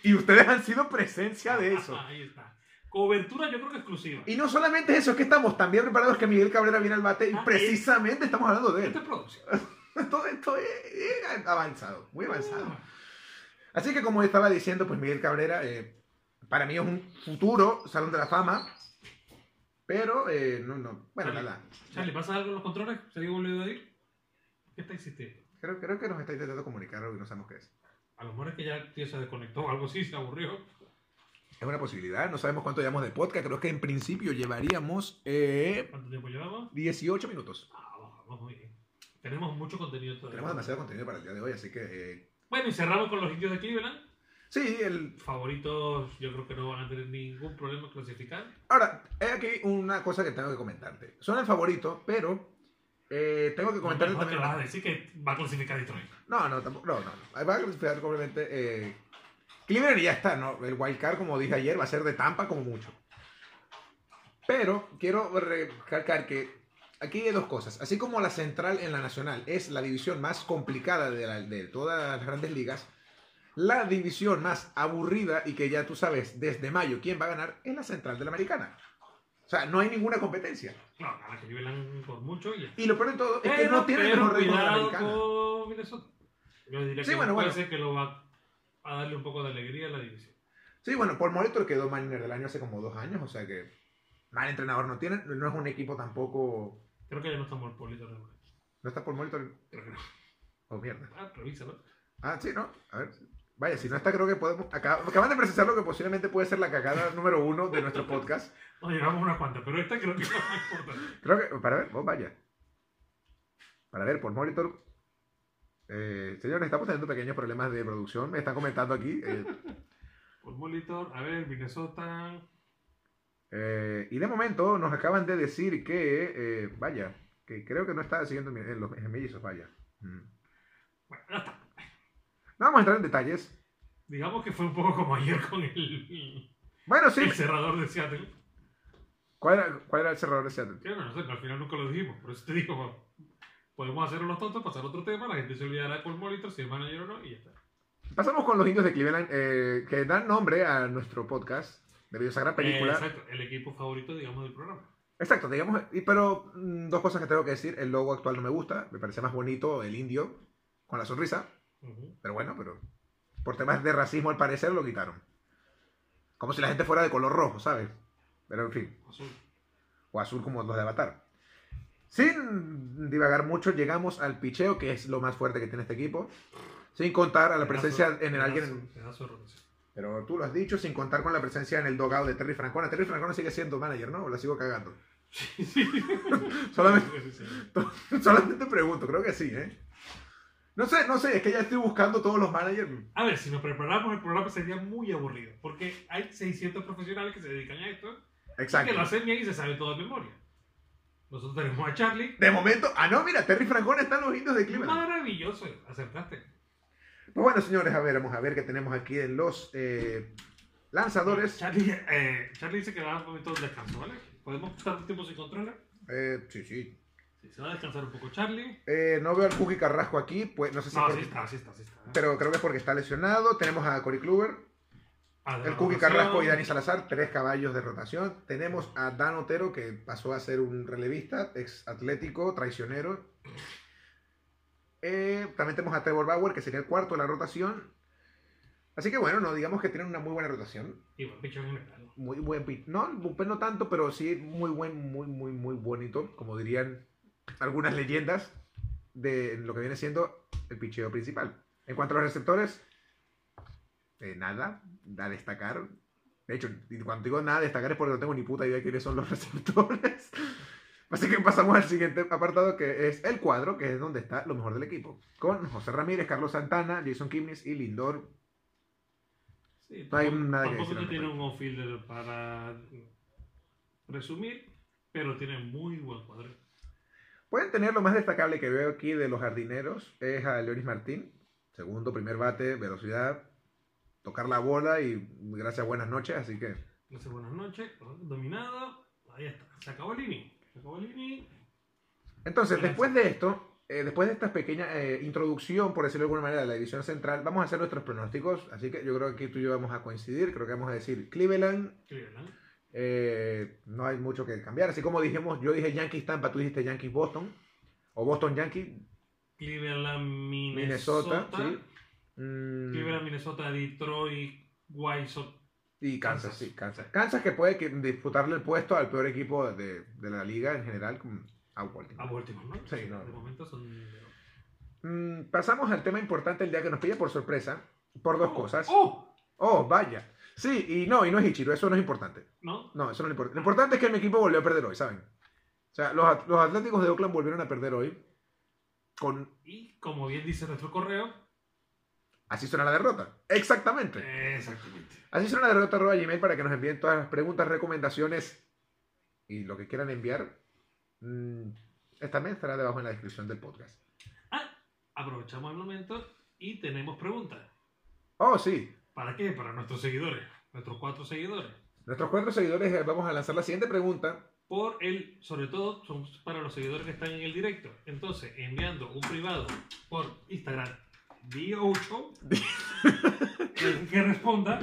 Speaker 1: Y ustedes han sido presencia de eso.
Speaker 2: Ah, Ahí está. Cobertura, yo creo que exclusiva.
Speaker 1: Y no solamente eso, es que estamos tan bien preparados que Miguel Cabrera viene al bate y
Speaker 2: Ah,
Speaker 1: precisamente estamos hablando de
Speaker 2: Esta
Speaker 1: él.
Speaker 2: es producción.
Speaker 1: Todo esto es es avanzado, muy avanzado. Así que como estaba diciendo, pues Miguel Cabrera eh, para mí es un futuro Salón de la Fama. Pero, eh, no, no. Bueno,
Speaker 2: Vale.
Speaker 1: nada.
Speaker 2: Charlie, ¿pasa algo en los controles? ¿Se dio un lío de ir? ¿Qué está existiendo?
Speaker 1: Creo, creo que nos está intentando comunicar algo y no sabemos qué es.
Speaker 2: A lo mejor es que ya el tío se desconectó o algo así, se aburrió.
Speaker 1: Es una posibilidad, no sabemos cuánto llevamos de podcast. Creo que en principio llevaríamos eh,
Speaker 2: ¿Cuánto tiempo llevamos?
Speaker 1: 18 minutos.
Speaker 2: Ah, vamos, vamos muy bien. Tenemos mucho contenido todavía.
Speaker 1: Tenemos demasiado contenido para el día de hoy, así que... eh,
Speaker 2: Bueno, y cerramos con los indios de Cleveland.
Speaker 1: sí, el...
Speaker 2: favoritos, yo creo que no van a tener ningún problema en clasificar.
Speaker 1: Ahora, hay aquí una cosa que tengo que comentarte. Son el favorito, pero eh, tengo que comentarte
Speaker 2: No, no te vas a
Speaker 1: también...
Speaker 2: decir que va a clasificar Detroit.
Speaker 1: No, no, tampoco, no, no. Ahí Va a clasificar completamente... Eh, Cleveland ya está, ¿no? El wildcard, como dije ayer, va a ser de Tampa como mucho. Pero quiero recalcar que aquí hay dos cosas. Así como la central en la nacional es la división más complicada de, la- de todas las grandes ligas, la división más aburrida y que ya tú sabes desde mayo quién va a ganar es la central de la americana. O sea, no hay ninguna competencia.
Speaker 2: No, gana que Cleveland por mucho y ya.
Speaker 1: Y lo peor de todo es que
Speaker 2: Pero,
Speaker 1: no tiene el
Speaker 2: pero
Speaker 1: mejor récord de la
Speaker 2: cuidado
Speaker 1: americana.
Speaker 2: con Minnesota. Yo diría
Speaker 1: Sí,
Speaker 2: que
Speaker 1: bueno,
Speaker 2: puede
Speaker 1: bueno.
Speaker 2: ser que lo va a darle un poco de alegría a la división.
Speaker 1: Sí, bueno, Paul Molitor quedó manager del año hace como dos años, o sea que mal entrenador no tiene, no es un equipo tampoco...
Speaker 2: Creo que ya no estamos por polito ¿no?
Speaker 1: No está Paul Molitor...
Speaker 2: Creo que no.
Speaker 1: Oh, mierda.
Speaker 2: Ah, revísalo.
Speaker 1: Ah, sí, ¿no? A ver. Vaya, si no está, creo que podemos. acá- acaban de precisar lo que posiblemente puede ser la cagada número uno de nuestro podcast.
Speaker 2: Nos llevamos unas cuantas, pero esta creo que (laughs) es la más importante.
Speaker 1: Creo que. Para ver, vos vaya. Para ver, por monitor. Eh, señores, estamos teniendo pequeños problemas de producción. Me están comentando aquí. eh,
Speaker 2: Por monitor, Pues, a ver, Minnesota.
Speaker 1: eh, y de momento nos acaban de decir que. eh, vaya, que creo que no está siguiendo mi- en los en mellizos, vaya. Mm.
Speaker 2: Bueno, ya está.
Speaker 1: No vamos a entrar en detalles.
Speaker 2: Digamos que fue un poco como ayer con el,
Speaker 1: Bueno, sí.
Speaker 2: el cerrador de Seattle.
Speaker 1: ¿Cuál era, cuál era el cerrador de Seattle?
Speaker 2: Que no, no sé, pero al final nunca lo dijimos. Por eso te digo, bueno, podemos hacerlo los tontos, pasar a otro tema, la gente se olvidará de Paul Molitor, si es manager o no, y ya está.
Speaker 1: Pasamos con los indios de Cleveland, eh, que dan nombre a nuestro podcast, debido a esa gran película.
Speaker 2: Eh, exacto, el equipo favorito, digamos, del programa.
Speaker 1: Exacto, digamos, y- pero mm, dos cosas que tengo que decir. El logo actual no me gusta, me parece más bonito el indio con la sonrisa,
Speaker 2: Ujú.
Speaker 1: pero bueno, pero por temas de racismo al parecer lo quitaron. Como si la gente fuera de color rojo, ¿sabes? Pero en fin,
Speaker 2: Azul.
Speaker 1: o azul como los de Avatar. Sin divagar mucho, llegamos al picheo, que es lo más fuerte que tiene este equipo. Sin contar a la
Speaker 2: Era
Speaker 1: presencia
Speaker 2: azul,
Speaker 1: en el
Speaker 2: era
Speaker 1: alguien...
Speaker 2: azul, era azul, rotación. (laughs)
Speaker 1: Pero tú lo has dicho sin contar con la presencia en el dogout de Terry Francona. Terry Francona sigue siendo manager, ¿no? ¿O la sigo cagando?
Speaker 2: Sí, sí.
Speaker 1: Solamente, (laughs)
Speaker 2: Sí, sí, sí.
Speaker 1: solamente pregunto, creo que sí, ¿eh? No sé, no sé, es que ya estoy buscando todos los managers.
Speaker 2: A ver, si nos preparamos el programa sería muy aburrido, porque hay 600 profesionales que se dedican a esto, que lo
Speaker 1: Exacto.
Speaker 2: hacen bien y se sabe todo de memoria. Nosotros tenemos a Charlie.
Speaker 1: De momento, ah, no, mira, Terry Francona está en los indios de Cleveland.
Speaker 2: Maravilloso, acertaste.
Speaker 1: Pues bueno, señores, a ver, vamos a ver qué tenemos aquí en los eh, lanzadores.
Speaker 2: Charlie, eh, Charlie dice que va a un momento de descanso, ¿vale? Podemos estar un tiempo sin controlar.
Speaker 1: Eh, sí, sí.
Speaker 2: Sí, se va a descansar un poco Charlie.
Speaker 1: Eh, no veo al Cookie Carrasco aquí, pues no sé si...
Speaker 2: No,
Speaker 1: por-
Speaker 2: sí está, sí está, sí está.
Speaker 1: Pero creo que es porque está lesionado. Tenemos a Cory Kluber.
Speaker 2: Ah, de
Speaker 1: El
Speaker 2: la
Speaker 1: Cookie
Speaker 2: rotación.
Speaker 1: Carrasco y Dani Salazar, tres caballos de rotación. Tenemos a Dan Otero, que pasó a ser un relevista, ex atlético, traicionero. Eh, también tenemos a Trevor Bauer, que sería el cuarto de la rotación. Así que bueno, no digamos que tienen una muy buena rotación.
Speaker 2: Y bueno, pichón en general.
Speaker 1: Muy buen pit. No, el bullpen no tanto, pero sí muy buen, muy, muy, muy bonito, como dirían algunas leyendas de lo que viene siendo el picheo principal. En cuanto a los receptores, eh, nada, a destacar. De hecho, y cuando digo nada a destacar es porque no tengo ni puta idea de quiénes son los (laughs) receptores. Así que pasamos al siguiente apartado que es el cuadro, que es donde está lo mejor del equipo. Con José Ramírez, Carlos Santana, Jason Kipnis y Lindor.
Speaker 2: Sí,
Speaker 1: No hay
Speaker 2: tampoco-
Speaker 1: nada que
Speaker 2: Tampoco
Speaker 1: decir al
Speaker 2: que tiene un outfielder para presumir, pero tiene muy buen cuadro.
Speaker 1: Pueden tener lo más destacable que veo aquí de los jardineros es a Leonis Martín. Segundo, primer bate, velocidad, tocar la bola y gracias, buenas noches. Así que
Speaker 2: Dice buenas noches, dominado. Ahí está, se acabó el inning. Se acabó el inning.
Speaker 1: Entonces,
Speaker 2: Gracias.
Speaker 1: después de esto, eh, después de esta pequeña eh, introducción, por decirlo de alguna manera, de la división central, vamos a hacer nuestros pronósticos. Así que yo creo que aquí tú y yo vamos a coincidir. Creo que vamos a decir Cleveland.
Speaker 2: Cleveland.
Speaker 1: eh, no hay mucho que cambiar. Así como dijimos, yo dije Yankees Tampa, tú dijiste Yankees Boston. O Boston Yankees.
Speaker 2: Cleveland, Minnesota.
Speaker 1: Minnesota, sí. Mm,
Speaker 2: Cleveland, Minnesota, Detroit, White Sox.
Speaker 1: y Kansas,
Speaker 2: Kansas.
Speaker 1: sí, Kansas. Kansas que puede que- disputarle el puesto al peor equipo de, de la liga en general, con- a Baltimore.
Speaker 2: A Baltimore, ¿no?
Speaker 1: Sí, no.
Speaker 2: De momento son.
Speaker 1: Mm, pasamos al tema importante el día que nos pilla por sorpresa, por dos cosas.
Speaker 2: ¡Oh!
Speaker 1: Oh, vaya. Sí, y no, y no es Ichiro, eso no es importante.
Speaker 2: ¿No?
Speaker 1: No, eso no es importante. Lo importante es que mi equipo volvió a perder hoy, ¿saben? O sea, los, at- los Atléticos de Oakland volvieron a perder hoy. Con
Speaker 2: Y como bien dice nuestro correo.
Speaker 1: así suena la derrota. Exactamente.
Speaker 2: eh, Exactamente.
Speaker 1: Así suena la derrota arroba Gmail para que nos envíen todas las preguntas, recomendaciones y lo que quieran enviar. Mm, esta también estará debajo en la descripción del podcast.
Speaker 2: Ah, aprovechamos el momento y tenemos preguntas.
Speaker 1: Oh, sí.
Speaker 2: ¿Para qué? Para nuestros seguidores. Nuestros cuatro seguidores.
Speaker 1: Nuestros cuatro seguidores eh, vamos a lanzar la siguiente pregunta.
Speaker 2: por el, sobre todo son para los seguidores que están en el directo. Entonces, enviando un privado por Instagram
Speaker 1: (laughs)
Speaker 2: D8 el que responda,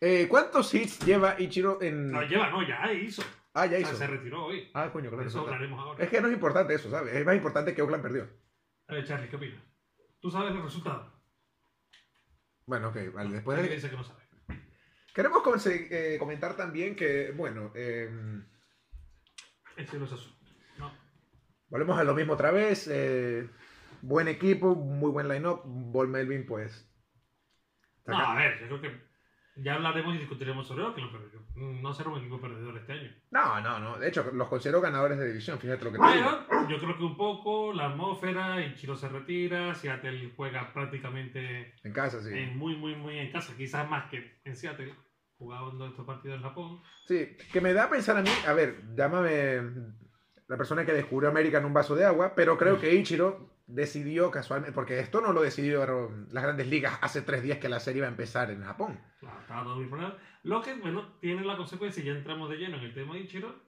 Speaker 1: Eh, ¿Cuántos hits lleva Ichiro en...?
Speaker 2: no lleva, no, ya hizo.
Speaker 1: Ah, ya
Speaker 2: O sea,
Speaker 1: hizo.
Speaker 2: se retiró hoy.
Speaker 1: Ah, coño,
Speaker 2: De
Speaker 1: claro.
Speaker 2: eso
Speaker 1: eso está.
Speaker 2: hablaremos ahora.
Speaker 1: Es que no es importante eso, ¿sabes? Es más importante que Oakland perdió.
Speaker 2: A ver, Charlie, ¿qué opinas? Tú sabes el resultado.
Speaker 1: Bueno, ok, vale. Después
Speaker 2: Hay que
Speaker 1: de...
Speaker 2: dice que no sabe.
Speaker 1: Queremos conse- eh, comentar también que, bueno, eh,
Speaker 2: El cielo es azul. No.
Speaker 1: volvemos a lo mismo otra vez. eh, buen equipo, muy buen line-up. Vol Melvin, pues,
Speaker 2: No,
Speaker 1: Saca-
Speaker 2: a ver, yo creo que ya hablaremos y discutiremos sobre Oakland, pero yo mm, no seremos ningún perdedor este año.
Speaker 1: No, no, no. De hecho, los considero ganadores de división, fíjate lo que te digo.
Speaker 2: Pero yo creo que un poco la atmósfera, Ichiro se retira, Seattle juega prácticamente
Speaker 1: En casa, sí.
Speaker 2: en muy, muy, muy en casa, quizás más que en Seattle, jugando estos partidos en Japón.
Speaker 1: Sí, que me da a pensar a mí, a ver, llámame la persona que descubrió América en un vaso de agua, pero creo que Ichiro decidió casualmente, porque esto no lo decidieron las grandes ligas hace tres días que la serie iba a empezar en Japón.
Speaker 2: Claro, estaba todo muy problema. Lo que, bueno, tiene la consecuencia, y ya entramos de lleno en el tema de Ichiro,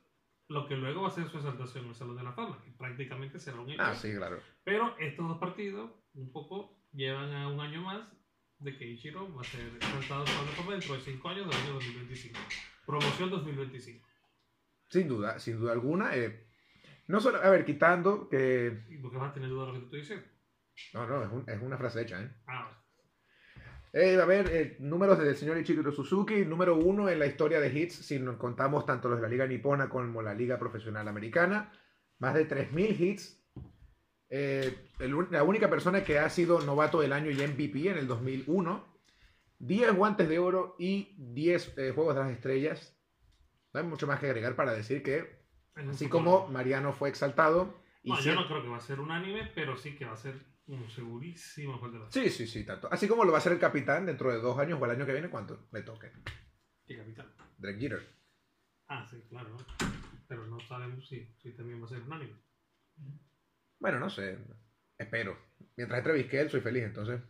Speaker 2: lo que luego va a ser su exaltación en el Salón de la Fama, que prácticamente será un hecho.
Speaker 1: Ah, sí, claro.
Speaker 2: Pero estos dos partidos, un poco, llevan a un año más de que Ichiro va a ser exaltado por la Copa dentro de 5 años del año 2025. Promoción 2025.
Speaker 1: Sin duda, sin duda alguna. eh, no solo, a ver, quitando que...
Speaker 2: ¿Y por qué vas a tener duda de lo que te estoy diciendo?
Speaker 1: No, no, es, un- es una frase hecha, ¿eh?
Speaker 2: Ah,
Speaker 1: Eh, a ver, eh, números del señor Ichiro Suzuki, número uno en la historia de hits, si nos contamos tanto los de la Liga Nipona como la Liga Profesional Americana, más de 3.000 hits. Eh, el un- la única persona que ha sido novato del año y MVP en el 2001. 10 guantes de oro y 10 eh, Juegos de las Estrellas. No hay mucho más que agregar para decir que,
Speaker 2: es
Speaker 1: así
Speaker 2: un-
Speaker 1: como Mariano fue exaltado. Y
Speaker 2: No, yo
Speaker 1: siete-
Speaker 2: no creo que va a ser unánime, pero sí que va a ser un segurísimo gol de la
Speaker 1: Sí, sí, sí, tanto. Así como lo va a ser el capitán dentro de dos años o el año que viene, cuando le toque.
Speaker 2: ¿Qué capital.
Speaker 1: Derek Jeter.
Speaker 2: Ah, sí, claro. ¿no? Pero no sabemos si, si también va a ser unánime.
Speaker 1: Bueno, no sé. Espero. Mientras entre Vizquel, soy feliz, entonces.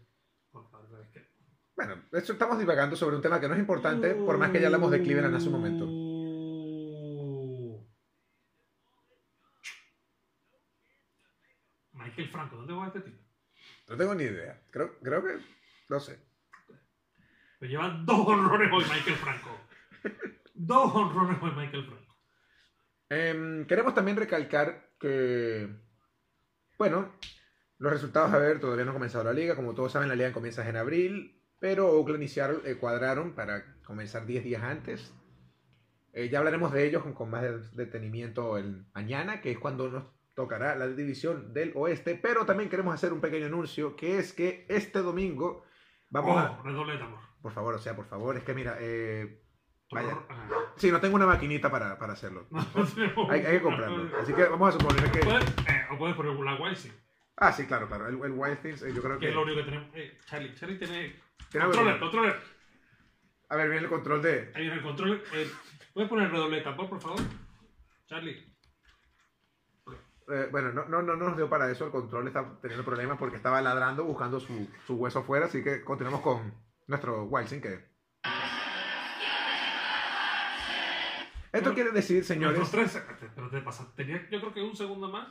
Speaker 2: Por favor, es que...
Speaker 1: Bueno, de hecho estamos divagando sobre un tema que no es importante, por más que ya hablamos de Cleveland hace un momento.
Speaker 2: Mm. Michael Franco, ¿dónde va este tipo?
Speaker 1: No tengo ni idea. Creo, creo que. No sé.
Speaker 2: Me llevan dos honrones hoy Michael Franco. Dos honrones hoy Michael Franco.
Speaker 1: Em, queremos también recalcar que. Bueno, los resultados, a ver, todavía no ha comenzado la liga. Como todos saben, la liga comienza en abril. Pero Oakland y Seattle eh, cuadraron para comenzar 10 días antes. Eh, ya hablaremos de ellos con, con más de- detenimiento el mañana, que es cuando nos tocará la división del oeste. Pero también queremos hacer un pequeño anuncio, que es que este domingo vamos a...
Speaker 2: Oh, redoble de amor.
Speaker 1: Por favor, o sea, por favor, es que mira, eh... Vaya.
Speaker 2: Ah,
Speaker 1: sí, no tengo una maquinita para, para hacerlo.
Speaker 2: no (laughs) tenemos-
Speaker 1: Hay, hay que comprarlo. Así que vamos a suponer que...
Speaker 2: Puedes- eh, o puedes poner la guay, sí.
Speaker 1: Ah, sí, claro, claro. El, el Wild Things, eh, yo creo
Speaker 2: Que
Speaker 1: que.
Speaker 2: es lo único que tenemos. Eh, Charlie, Charlie tiene.
Speaker 1: tiene algo-
Speaker 2: Controller, controller.
Speaker 1: a ver, viene el control de.
Speaker 2: Ahí en el control. eh, ¿Puedes poner redoble de tambor, por favor? Charlie.
Speaker 1: eh, bueno, no, no, no nos dio para eso. El control está teniendo problemas porque estaba ladrando buscando su, su hueso afuera. Así que continuamos con nuestro Wild Things, que. Esto quiere decir,
Speaker 2: Los
Speaker 1: señores.
Speaker 2: tres. espérate, Pero te pasa. Tenía, yo creo que un segundo más.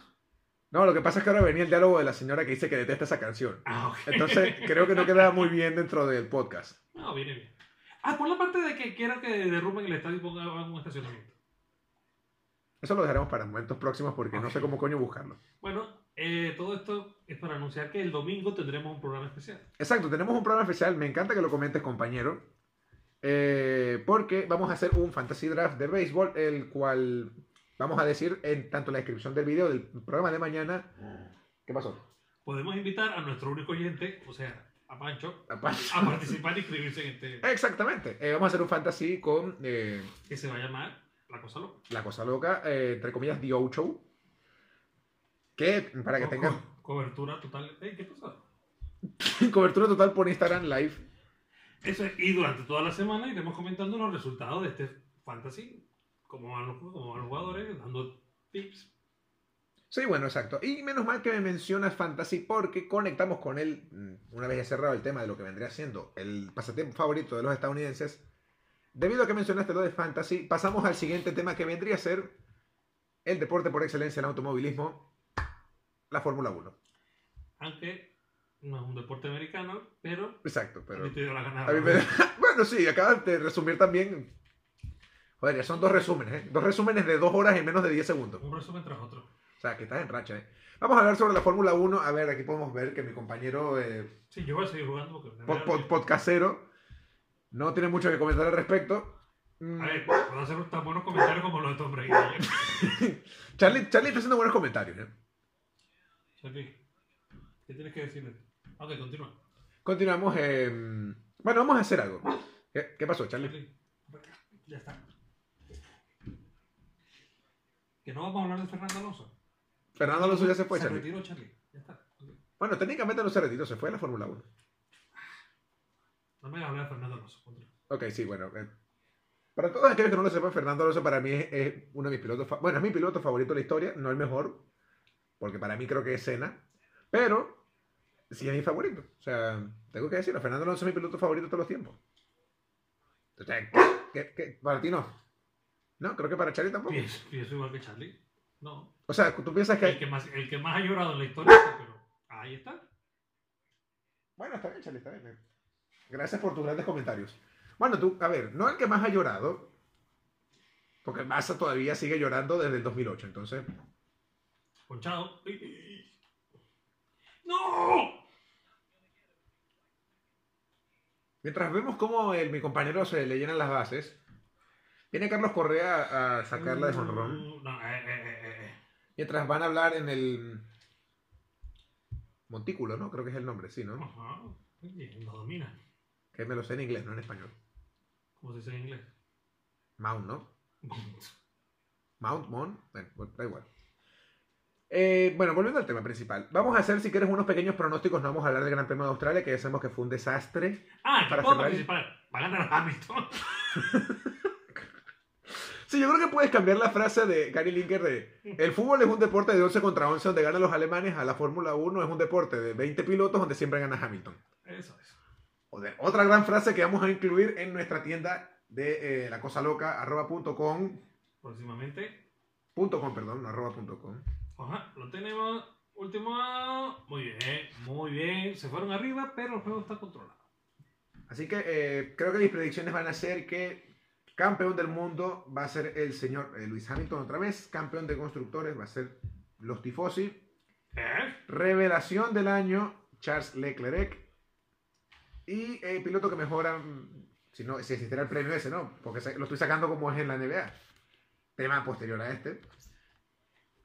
Speaker 1: No, lo que pasa es que ahora venía el diálogo de la señora que dice que detesta esa canción.
Speaker 2: Ah, ok.
Speaker 1: Entonces, creo que no queda muy bien dentro del podcast.
Speaker 2: No, viene bien. Ah, por la parte de que quiero que derrumben el estadio y pongan un estacionamiento.
Speaker 1: Eso lo dejaremos para momentos próximos porque no sé cómo coño buscarlo.
Speaker 2: Bueno, eh, todo esto es para anunciar que el domingo tendremos un programa especial.
Speaker 1: Exacto, tenemos un programa especial. Me encanta que lo comentes, compañero. Eh, porque vamos a hacer un fantasy draft de béisbol, el cual vamos a decir en tanto la descripción del video del programa de mañana. ¿Qué pasó? (laughs)
Speaker 2: Podemos invitar a nuestro único oyente, o sea, a Pancho,
Speaker 1: Aparte-
Speaker 2: (laughs) a participar y inscribirse en este
Speaker 1: Exactamente. Eh, vamos a hacer un fantasy con eh,
Speaker 2: que se va a llamar La Cosa Loca.
Speaker 1: la cosa loca, eh, entre comillas, The O Show. Que para que
Speaker 2: Co-
Speaker 1: tengan (laughs)
Speaker 2: co- cobertura total. Ey, ¿Qué pasó?
Speaker 1: cobertura total por Instagram Live.
Speaker 2: Eso es, y durante toda la semana iremos comentando los resultados de este fantasy, cómo van los, juegos, cómo van los jugadores, dando tips.
Speaker 1: Sí, bueno, exacto. Y menos mal que me mencionas fantasy porque conectamos con él, mm, una vez ya cerrado el tema de lo que vendría siendo el pasatiempo favorito de los estadounidenses. Debido a que mencionaste lo de fantasy, pasamos al siguiente tema que vendría a ser el deporte por excelencia, el automovilismo, la Fórmula 1.
Speaker 2: Aunque no es un deporte americano, pero,
Speaker 1: Exacto,
Speaker 2: a
Speaker 1: pero...
Speaker 2: mí te dio la gana.
Speaker 1: a mí me- (laughs) bueno, sí, acabas de resumir también... Joder, ya son dos resúmenes, ¿eh? Dos resúmenes de dos horas en menos de 10 segundos.
Speaker 2: Un resumen tras otro.
Speaker 1: O sea, que estás en racha, ¿eh? Vamos a hablar sobre la Fórmula 1. A ver, aquí podemos ver que mi compañero... eh,
Speaker 2: Sí, yo voy a seguir jugando porque... me
Speaker 1: pod-
Speaker 2: da
Speaker 1: pod-
Speaker 2: miedo.
Speaker 1: podcastero. No tiene mucho que comentar al respecto. Mm,
Speaker 2: A ver, puedo hacer tan buenos comentarios como los de Tom Brady. ayer.
Speaker 1: Charlie, Charlie está haciendo buenos comentarios. ¿eh?
Speaker 2: Charlie, ¿qué tienes que decirle? Ok, continúa.
Speaker 1: Continuamos. eh, Bueno, vamos a hacer algo. ¿Qué, qué pasó, Charlie?
Speaker 2: Ya está. Que no vamos a hablar de Fernando Alonso.
Speaker 1: Fernando Alonso ya se fue,
Speaker 2: Se
Speaker 1: Charlie.
Speaker 2: retiró Charlie. Ya está. Ok.
Speaker 1: Bueno, técnicamente no se retiró, se fue a la Fórmula 1.
Speaker 2: No me hagas hablar de Fernando Alonso. contra.
Speaker 1: Ok, sí, bueno. eh, para todos aquellos que no lo sepan, Fernando Alonso para mí es, es uno de mis pilotos. fa- Bueno, es mi piloto favorito de la historia, no el mejor, porque para mí creo que es Senna, pero sí es mi favorito. O sea, tengo que decirlo, Fernando Alonso es mi piloto favorito de todos los tiempos. O sea, que- que- para ti no. No, creo que para Charlie tampoco.
Speaker 2: Pienso, pienso igual que Charlie. No.
Speaker 1: O sea, tú piensas
Speaker 2: El
Speaker 1: que.
Speaker 2: que más, el que más ha llorado en la historia, sí, pero ahí está.
Speaker 1: Bueno, está bien, Charlie, está bien. eh. Gracias por tus grandes comentarios. Bueno, tú, a ver, no el que más ha llorado, porque Massa todavía sigue llorando desde el 2008, entonces.
Speaker 2: Ponchado. Ay, ay, ay. ¡No!
Speaker 1: Mientras vemos cómo el- mi compañero se le llenan las bases, viene Carlos Correa a sacarla de jonrón.
Speaker 2: No, eh, eh, eh, eh, eh.
Speaker 1: Mientras van a hablar en el montículo, ¿no? Creo que es el nombre, sí, ¿no?
Speaker 2: Ajá. Oye, lo domina.
Speaker 1: Que me lo sé en inglés, no en español.
Speaker 2: Como se dice en inglés. (laughs)
Speaker 1: Mount, ¿no? Mount, Mount, bueno, bueno, da igual. Eh, bueno, volviendo al tema principal. Vamos a hacer, si quieres, unos pequeños pronósticos. No vamos a hablar del Gran Premio de Australia, que ya sabemos que fue un desastre.
Speaker 2: Ah,
Speaker 1: Para
Speaker 2: el punto
Speaker 1: Ferrari.
Speaker 2: principal. Va a ganar Hamilton.
Speaker 1: Sí, yo creo que puedes cambiar la frase de Gary Linker de el fútbol es un deporte de 11 contra 11 donde ganan los alemanes a la Fórmula 1 es un deporte de 20 pilotos donde siempre gana Hamilton.
Speaker 2: (laughs) Eso es.
Speaker 1: O de- otra gran frase que vamos a incluir en nuestra tienda de eh, la cosa loca arroba punto com,
Speaker 2: Próximamente.
Speaker 1: punto com, perdón, no arroba punto com.
Speaker 2: Ajá, lo tenemos. Último. Muy bien, muy bien. Se fueron arriba, pero el juego está controlado.
Speaker 1: Así que eh, creo que mis predicciones van a ser que campeón del mundo va a ser el señor eh, Luis Hamilton otra vez, campeón de constructores va a ser los tifosi,
Speaker 2: ¿Eh?
Speaker 1: Revelación del año, Charles Leclerc. Y el piloto que mejora, mm, si, no, si existiera el premio ese, ¿no? Porque se- lo estoy sacando como es en la NBA. Tema posterior a este.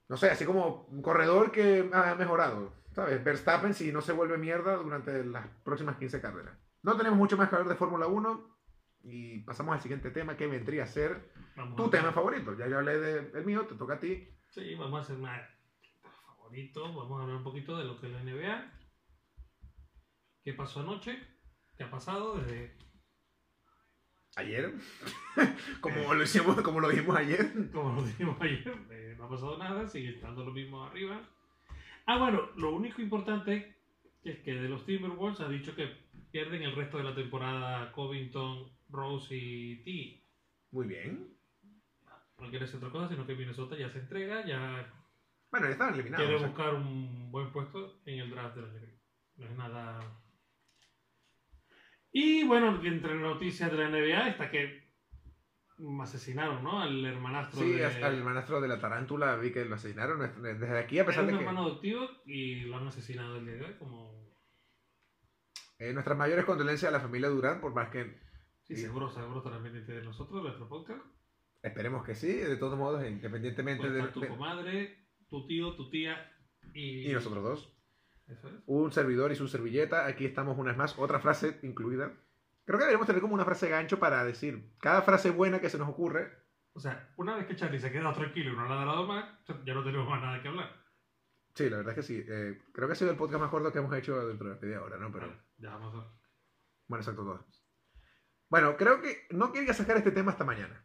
Speaker 1: No sé, así como un corredor que ha mejorado, ¿sabes? Verstappen si no se vuelve mierda durante las próximas 15 carreras. No tenemos mucho más que hablar de Fórmula 1 y pasamos al siguiente tema que vendría a ser
Speaker 2: Vamos
Speaker 1: tu
Speaker 2: a-
Speaker 1: tema favorito. Ya yo hablé del mío, te toca a ti.
Speaker 2: Sí, vamos a hacer más favorito. Vamos a hablar un poquito de lo que es la NBA. ¿Qué pasó anoche? ¿Qué ha pasado desde.?
Speaker 1: Ayer, (laughs) como
Speaker 2: Eh.
Speaker 1: lo hicimos, como lo dijimos ayer.
Speaker 2: Como lo dijimos (laughs) ayer, eh, no ha pasado nada, sigue estando lo mismo arriba. Ah, bueno, lo único importante es que de los Timberwolves ha dicho que pierden el resto de la temporada Covington, Rose y T.
Speaker 1: Muy bien.
Speaker 2: No quiere decir otra cosa, sino que Minnesota ya se entrega, ya
Speaker 1: Bueno, ya estaban eliminados.
Speaker 2: quiere
Speaker 1: o sea,
Speaker 2: buscar un buen puesto en el draft de la NBA. No es nada. Y bueno, entre noticias de la NBA está que mm, asesinaron, ¿no? Al hermanastro
Speaker 1: sí,
Speaker 2: de...
Speaker 1: hasta el hermanastro de la tarántula vi que lo asesinaron. Desde aquí, a
Speaker 2: Era
Speaker 1: pesar
Speaker 2: un
Speaker 1: de que
Speaker 2: hermano adoptivo y lo han asesinado el día de hoy como...
Speaker 1: eh, nuestras mayores condolencias a la familia Durán, por más que
Speaker 2: Sí,
Speaker 1: Sí.
Speaker 2: seguro, seguro estará pendiente de nosotros, de nuestro podcast.
Speaker 1: esperemos que sí, de todos modos, independientemente
Speaker 2: Puede
Speaker 1: de,
Speaker 2: estar tu
Speaker 1: de-
Speaker 2: comadre, tu tío, tu tía y...
Speaker 1: Y nosotros dos.
Speaker 2: Eso es.
Speaker 1: Un servidor y su servilleta, aquí estamos una vez más, otra frase incluida. Creo que deberíamos tener como una frase gancho para decir cada frase buena que se nos ocurre.
Speaker 2: O sea, una vez que Charlie se ha quedado tranquilo y no le ha dado más, ya no tenemos más nada que hablar.
Speaker 1: Sí, la verdad es que sí. eh, creo que ha sido el podcast más corto que hemos hecho dentro de media hora, ¿no? Pero...
Speaker 2: Vale, ya vamos a...
Speaker 1: Bueno, exacto, todas. Bueno, creo que no quería sacar este tema hasta mañana.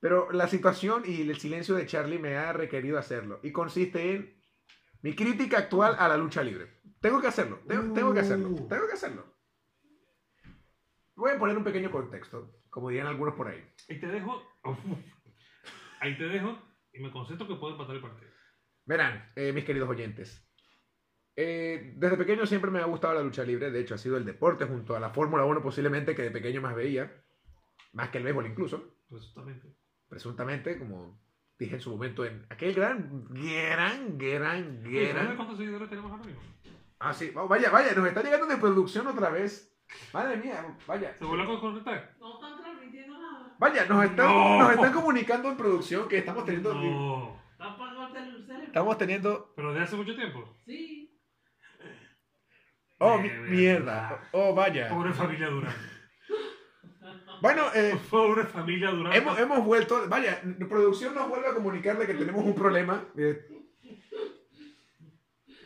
Speaker 1: Pero la situación y el silencio de Charlie me ha requerido hacerlo. Y consiste en mi crítica actual a la lucha libre. Tengo que hacerlo, tengo, tengo que hacerlo,
Speaker 2: Uh.
Speaker 1: tengo que hacerlo. Voy a poner un pequeño contexto, como dirían algunos por ahí.
Speaker 2: Ahí te dejo... Ahí te dejo y me concentro que puedo empatar el partido.
Speaker 1: Verán, eh, mis queridos oyentes. eh, desde pequeño siempre me ha gustado la lucha libre. De hecho, ha sido el deporte junto a la Fórmula 1 posiblemente que de pequeño más veía. Más que el béisbol incluso.
Speaker 2: Presuntamente.
Speaker 1: presuntamente, como dije en su momento, en aquel gran, gran, gran,
Speaker 2: Oye, ¿Sabes
Speaker 1: gran.
Speaker 2: cuántos seguidores tenemos ahora mismo?
Speaker 1: Ah, sí, vamos, vaya, vaya, nos está llegando de producción otra vez. Madre mía, vaya.
Speaker 2: ¿Se vuelve a conectar?
Speaker 3: No están transmitiendo nada.
Speaker 1: Vaya, nos están,
Speaker 2: No.
Speaker 1: nos están comunicando en producción que estamos teniendo.
Speaker 2: No.
Speaker 3: Están apagando el teléfono.
Speaker 1: Estamos teniendo.
Speaker 2: Pero de hace mucho tiempo.
Speaker 3: Sí.
Speaker 1: Oh, mi-
Speaker 2: Mierda.
Speaker 1: mierda. Oh, vaya.
Speaker 2: Oh. Pobre familia Durán.
Speaker 1: Bueno, eh,
Speaker 2: Pobre familia Durán.
Speaker 1: hemos, hemos vuelto. Vaya, producción nos vuelve a comunicar de que tenemos un problema. eh,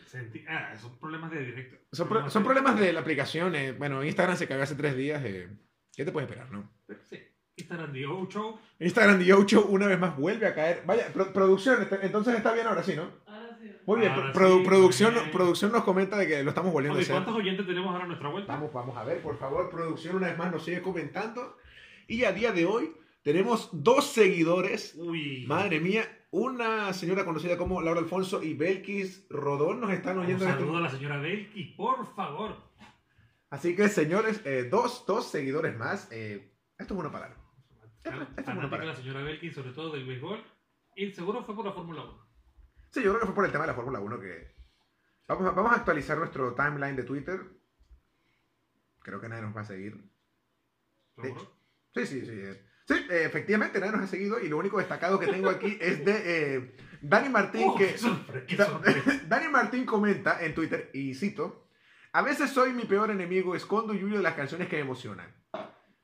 Speaker 2: Sentí- Ah, son problemas de directo.
Speaker 1: son, pro- son problemas de la aplicación. eh, bueno, Instagram se cagó hace tres días. eh, ¿Qué te puedes esperar, no?
Speaker 2: Sí. Instagram de Ocho.
Speaker 1: Instagram de Yocho una vez más vuelve a caer. Vaya, pro- producción, este- entonces está bien ahora sí, ¿no?
Speaker 3: Ahora sí.
Speaker 1: Muy bien,
Speaker 2: Ahora
Speaker 1: pro-
Speaker 2: Ah, sí,
Speaker 1: producción,
Speaker 2: muy bien.
Speaker 1: producción nos comenta de que lo estamos volviendo a
Speaker 2: Ok,
Speaker 1: hacer.
Speaker 2: ¿Cuántos oyentes tenemos ahora a nuestra vuelta?
Speaker 1: Vamos, vamos a ver, por favor, producción una vez más nos sigue comentando. Y a día de hoy tenemos dos seguidores.
Speaker 2: Uy.
Speaker 1: Madre mía, una señora conocida como Laura Alfonso y Belkis Rodón nos están
Speaker 2: Un
Speaker 1: oyendo. en este-
Speaker 2: saludo a la señora Belki, por favor.
Speaker 1: Así que, señores, eh, dos, dos seguidores más. eh, esto es una palabra.
Speaker 2: Fanática de la señora Belki, sobre todo del béisbol. Y seguro fue por la Fórmula 1.
Speaker 1: Sí, yo creo que fue por el tema de la Fórmula 1 que... Vamos a, vamos a actualizar nuestro timeline de Twitter. Creo que nadie nos va a seguir. De
Speaker 2: ¿Seguro?
Speaker 1: hecho. Sí, sí, sí. eh. Sí, eh, efectivamente, nadie nos ha seguido y lo único destacado que tengo aquí es de eh, Dani Martín,
Speaker 2: Oh,
Speaker 1: que...
Speaker 2: qué sorpre- qué
Speaker 1: Da-
Speaker 2: sorpresa.
Speaker 1: Dani Martín comenta en Twitter, y cito, a veces soy mi peor enemigo, escondo y huyo de las canciones que me emocionan.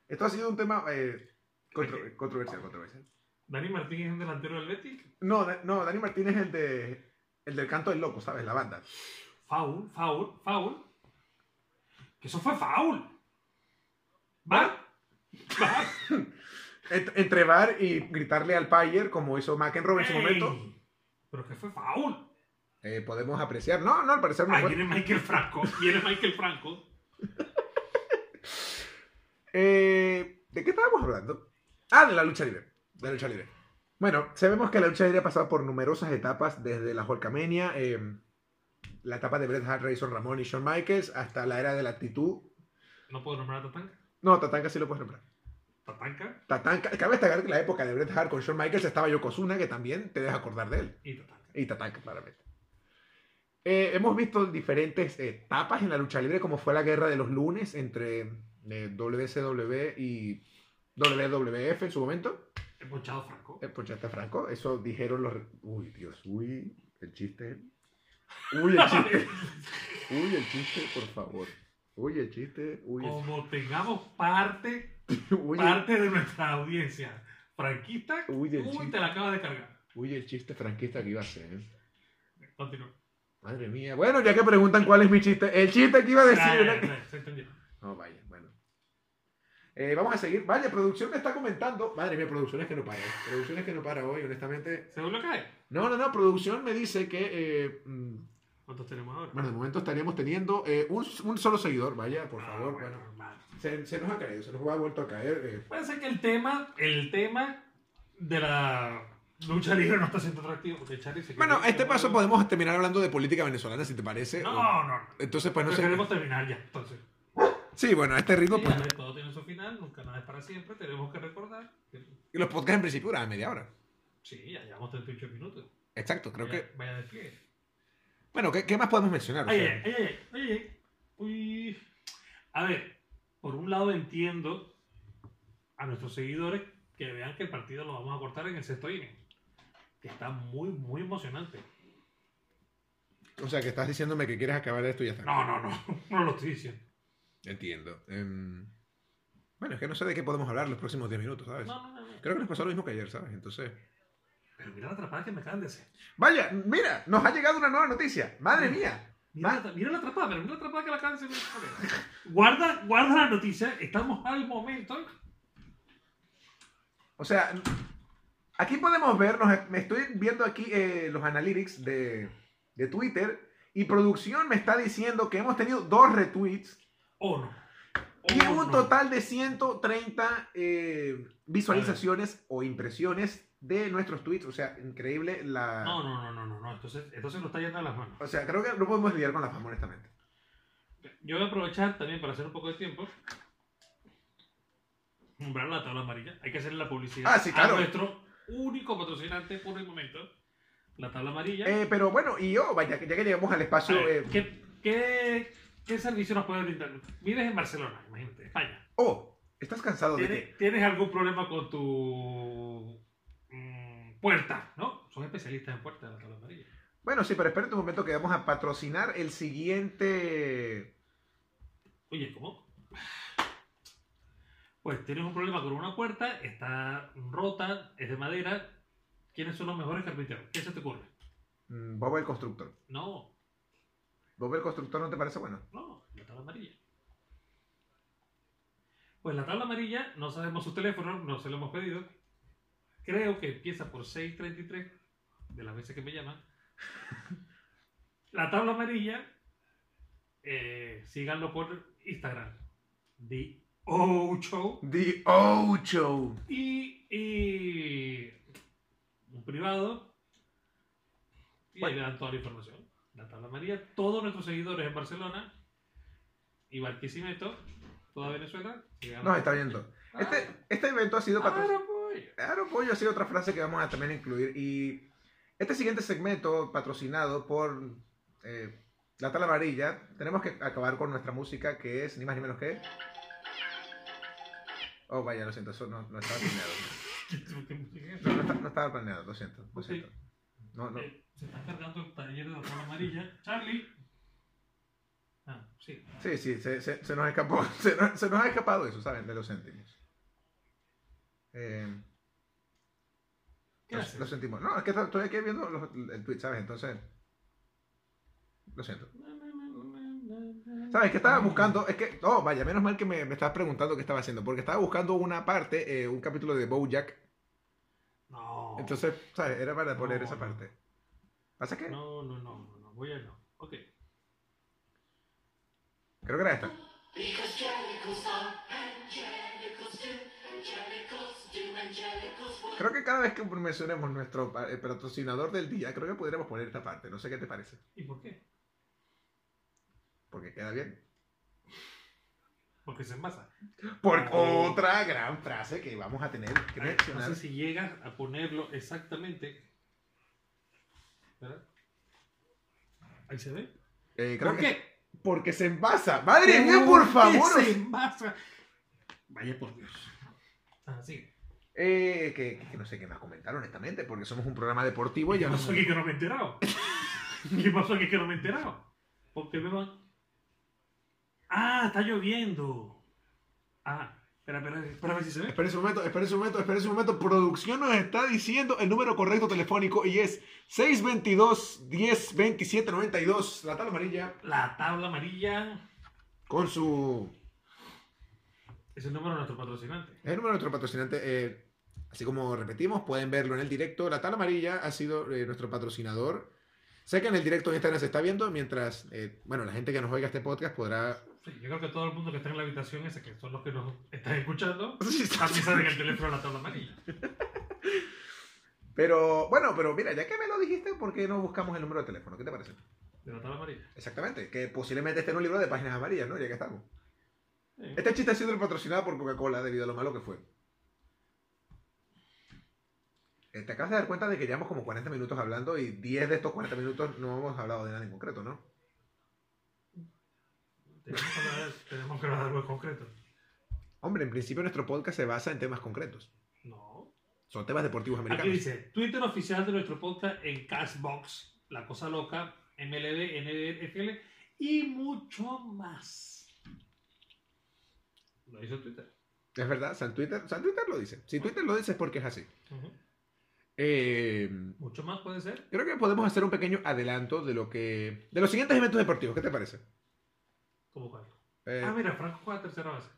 Speaker 1: Esto ha sido un tema eh, contro- controversial, controversial.
Speaker 2: Dani Martín es un delantero del Betis.
Speaker 1: No, Da- no, Dani Martín es el, de, el del canto del loco, ¿sabes? La banda.
Speaker 2: Foul, foul, foul. Que eso fue foul. ¿Va? ¿Va?
Speaker 1: Ent- entre bar y gritarle al Payer, como hizo McEnroe en su momento,
Speaker 2: Ey, Pero que fue foul.
Speaker 1: eh, podemos apreciar. No, no, al parecer no
Speaker 2: Ah,
Speaker 1: fue.
Speaker 2: viene Michael Franco. Viene Michael Franco.
Speaker 1: Eh, ¿De qué estábamos hablando? Ah, de la lucha libre. De la lucha libre. Bueno, sabemos que la lucha libre ha pasado por numerosas etapas, desde la Hulkamania, eh, la etapa de Bret Hart, Razor Ramón y Shawn Michaels, hasta la era de la actitud.
Speaker 2: No puedo nombrar a Tatanka.
Speaker 1: No, Tatanka sí lo puedes nombrar.
Speaker 2: Tatanka
Speaker 1: Tatanka, cabe destacar que en la época de Bret Hart con Shawn Michaels estaba Yokozuna, que también te deja acordar de él.
Speaker 2: y Tatanka.
Speaker 1: Y Tatanka, claramente. Eh, hemos visto diferentes etapas en la lucha libre, como fue la guerra de los lunes entre eh, WCW y WWF en su momento.
Speaker 2: He ponchado Franco.
Speaker 1: Eh, pues ya está Franco, eso dijeron los... Uy, Dios, uy, el chiste. Uy, el chiste. Uy, el chiste, por favor. Uy, el chiste. Uy, el...
Speaker 2: Como tengamos parte,
Speaker 1: Uy, el...
Speaker 2: parte de nuestra audiencia franquista,
Speaker 1: Uy, el
Speaker 2: uy,
Speaker 1: chiste.
Speaker 2: te la acabas de cargar.
Speaker 1: Uy, el chiste franquista que iba a ser. ¿eh? (laughs)
Speaker 2: Continúa.
Speaker 1: Madre mía. Bueno, ya que preguntan cuál es mi chiste, el chiste que iba a
Speaker 2: Ya,
Speaker 1: decir.
Speaker 2: ya,
Speaker 1: ¿no?
Speaker 2: ya, se entendió.
Speaker 1: No, vaya, bueno. Eh, vamos a seguir. Vaya, producción me está comentando. Madre mía, producciones que no para. Producciones que no para hoy, honestamente.
Speaker 2: ¿Se vuelve a caer?
Speaker 1: No, no, no, producción me dice que eh, mm,
Speaker 2: ¿Cuántos tenemos ahora?
Speaker 1: Bueno, de momento estaríamos teniendo eh, un, un solo seguidor, vaya, por
Speaker 2: Ah,
Speaker 1: favor.
Speaker 2: bueno,
Speaker 1: bueno.
Speaker 2: normal.
Speaker 1: se, se nos ha caído, se nos ha vuelto a caer. eh.
Speaker 2: Puede ser que el tema, el tema de la lucha libre no está siendo atractivo porque Charlie se
Speaker 1: Bueno, a este paso
Speaker 2: podemos.
Speaker 1: podemos terminar hablando de política venezolana, si te parece. o-
Speaker 2: No, no, no.
Speaker 1: Entonces, pues no
Speaker 2: Pero
Speaker 1: sé.
Speaker 2: queremos terminar ya, entonces.
Speaker 1: Sí, bueno, a este ritmo, pues,
Speaker 2: Sí, todo tiene su final, nunca nada es para siempre, tenemos que recordar. que-
Speaker 1: los podcasts en principio duran media hora.
Speaker 2: Sí, ya llevamos 38 minutos.
Speaker 1: Exacto, creo
Speaker 2: vaya,
Speaker 1: que.
Speaker 2: Vaya despliegue.
Speaker 1: Bueno, ¿qué, qué más podemos mencionar? O
Speaker 2: Ay,
Speaker 1: sea,
Speaker 2: ay, ay, ay, ay. Uy. A ver, por un lado entiendo a nuestros seguidores que vean que el partido lo vamos a cortar en el sexto inning. Que está muy, muy emocionante.
Speaker 1: o sea, que estás diciéndome que quieres acabar esto y ya está.
Speaker 2: No, no, (laughs) no, no lo estoy diciendo.
Speaker 1: Entiendo. Em, bueno, es que no sé de qué podemos hablar los próximos 10 minutos, ¿sabes?
Speaker 2: No, no, no. no.
Speaker 1: Creo que nos pasó lo mismo que ayer, ¿sabes? Entonces.
Speaker 2: Pero mira la atrapada que me acaban de hacer.
Speaker 1: Vaya, mira, nos ha llegado una nueva noticia. Madre mía.
Speaker 2: Mira, la- mira la atrapada, pero mira la atrapada que la acaban de hacer. Guarda, guarda la noticia, estamos al momento.
Speaker 1: O sea, aquí podemos ver, nos- me estoy viendo aquí eh, los analytics de, de Twitter y producción me está diciendo que hemos tenido dos retweets
Speaker 2: O no.
Speaker 1: y
Speaker 2: O
Speaker 1: un
Speaker 2: no.
Speaker 1: total de 130 eh, visualizaciones o impresiones de nuestros tweets. O sea, increíble la...
Speaker 2: No, no, no, no, no, no. Entonces, entonces nos está yendo a las manos.
Speaker 1: O sea, creo que no podemos lidiar con la fama, honestamente.
Speaker 2: Yo voy a aprovechar también para hacer un poco de tiempo. Nombrar la tabla amarilla. Hay que hacerle la publicidad
Speaker 1: Ah, sí, claro.
Speaker 2: a nuestro único patrocinante por el momento. La tabla amarilla.
Speaker 1: Eh, pero bueno, y yo, vaya, que- ya que llegamos al
Speaker 2: A
Speaker 1: espacio...
Speaker 2: ver,
Speaker 1: eh,
Speaker 2: ¿qué, qué, qué servicio nos puede brindar? Vives en Barcelona, imagínate, España.
Speaker 1: oh, ¿estás cansado de qué?
Speaker 2: ¿Tienes, tienes algún problema con tu mm, puerta? ¿No? Son especialistas en puertas de la tabla amarilla.
Speaker 1: Bueno, sí, pero espérate un momento que vamos a patrocinar el siguiente...
Speaker 2: Oye, ¿cómo? Pues tienes un problema con una puerta, está rota, es de madera. ¿Quiénes son los mejores carpinteros? ¿Qué se te ocurre?
Speaker 1: Mm, Bob el constructor.
Speaker 2: No,
Speaker 1: Bob el constructor no te parece bueno.
Speaker 2: no, la tabla amarilla. Pues la tabla amarilla, no sabemos su teléfono, no se lo hemos pedido. Creo que empieza por 633, de las veces que me llaman. (laughs) La tabla amarilla, eh, síganlo por Instagram. The O Show.
Speaker 1: The Ocho.
Speaker 2: y, y un privado y ahí le dan toda la información la tabla amarilla todos nuestros seguidores en Barcelona y Barquisimeto toda Venezuela Ah, llegamos.
Speaker 1: Nos está viendo. Este, este evento ha sido patrocinado.
Speaker 2: Claro, pues.
Speaker 1: Claro, pollo, ha sido otra frase que vamos a también incluir. Y este siguiente segmento, patrocinado por eh, La Tala Amarilla, tenemos que acabar con nuestra música, que es ni más ni menos que. Oh, vaya, lo siento, eso no, no estaba planeado. No, no, está- no estaba planeado, lo siento, lo
Speaker 2: Ok.
Speaker 1: siento. No, no.
Speaker 2: Eh, se está cargando el taller de la tabla amarilla Charlie ah sí
Speaker 1: Sí, sí, se, se- se nos escapó, (laughs) se nos, se nos ha escapado eso, ¿saben? De los céntimos. Eh,
Speaker 2: ¿Qué
Speaker 1: Lo,
Speaker 2: haces?
Speaker 1: lo sentimos. No, es que estoy aquí viendo los- el tweet, ¿sabes? Entonces. Lo siento. ¿Sabes? Que estaba buscando. Es que. Oh, vaya, menos mal que me, me estabas preguntando qué estaba haciendo. Porque estaba buscando una parte, eh, un capítulo de Bojack.
Speaker 2: no
Speaker 1: Entonces, ¿sabes? Era para poner
Speaker 2: No,
Speaker 1: esa
Speaker 2: no.
Speaker 1: parte. ¿Pasa qué?
Speaker 2: no no no no voy a no ok
Speaker 1: Creo que era esta.
Speaker 4: Because Jellicles are angelicals do, angelicals do, angelicals will.
Speaker 1: Creo que cada vez que mencionemos nuestro pa- eh, patrocinador del día, creo que podríamos poner esta parte. No sé qué te parece.
Speaker 2: y por qué
Speaker 1: Porque queda bien.
Speaker 2: porque se envasa
Speaker 1: Por
Speaker 2: Oh.
Speaker 1: otra gran frase que vamos a tener que
Speaker 2: Ay, No
Speaker 1: mencionar.
Speaker 2: sé Ah, si llegas a ponerlo exactamente. ¿Verdad? Ahí se ve.
Speaker 1: Eh, creo
Speaker 2: ¿Por
Speaker 1: que-
Speaker 2: qué?
Speaker 1: Porque se envasa. Madre mía, por
Speaker 2: qué
Speaker 1: favor.
Speaker 2: se envasa? Vaya por Dios. Ah, sí.
Speaker 1: Eh, que, que no sé qué más comentar, honestamente, porque somos un programa deportivo y
Speaker 2: ¿Qué
Speaker 1: ya no
Speaker 2: pasó aquí que no me
Speaker 1: (laughs)
Speaker 2: he enterado? ¿Qué pasó aquí que no me he enterado? Porque me van. Ah, está lloviendo. Ah, espera, espera, espera a ver si se ve.
Speaker 1: Esperen un momento, esperen un momento, esperen un momento. Producción nos está diciendo el número correcto telefónico y es 622 10 27 92. La tabla amarilla
Speaker 2: La tabla amarilla
Speaker 1: con su.
Speaker 2: es el número de nuestro patrocinante.
Speaker 1: Es el número de nuestro patrocinante. eh, así como repetimos, pueden verlo en el directo. La tabla amarilla ha sido eh, nuestro patrocinador. Sé que en el directo en Instagram se está viendo, mientras, eh, bueno, la gente que nos oiga este podcast podrá.
Speaker 2: Sí, yo creo que todo el mundo que está en la habitación esa, que son los que nos están escuchando, también saben que el teléfono de la tabla amarilla.
Speaker 1: Pero bueno, pero mira, ya que me lo dijiste, ¿por qué no buscamos el número de teléfono? ¿Qué te parece?
Speaker 2: De la tabla amarilla.
Speaker 1: Exactamente, que posiblemente esté en un libro de páginas amarillas, ¿no? Ya que estamos.
Speaker 2: Sí.
Speaker 1: Este chiste ha sido patrocinado por Coca-Cola debido a lo malo que fue. Eh, Te acabas de dar cuenta de que llevamos como 40 minutos hablando y 10 de estos 40 minutos no hemos hablado de nada en concreto, ¿no?
Speaker 2: Tenemos que hablar- Tenemos que hablar de algo concreto.
Speaker 1: Hombre, en principio nuestro podcast se basa en temas concretos.
Speaker 2: No.
Speaker 1: Son temas deportivos
Speaker 2: Aquí
Speaker 1: americanos.
Speaker 2: dice, Twitter oficial de nuestro podcast en Cashbox, La Cosa Loca, MLB, NFL y mucho más. Lo hizo Twitter.
Speaker 1: Es verdad, San Twitter, San Twitter lo dice. Si Twitter lo dice es porque es así.
Speaker 2: Ujú.
Speaker 1: Eh,
Speaker 2: Mucho más puede ser.
Speaker 1: Creo que podemos hacer un pequeño adelanto de lo que. de los siguientes eventos deportivos. ¿Qué te parece?
Speaker 2: ¿Cómo jugarlo?
Speaker 1: Eh,
Speaker 2: Ah, mira, Franco juega tercera base.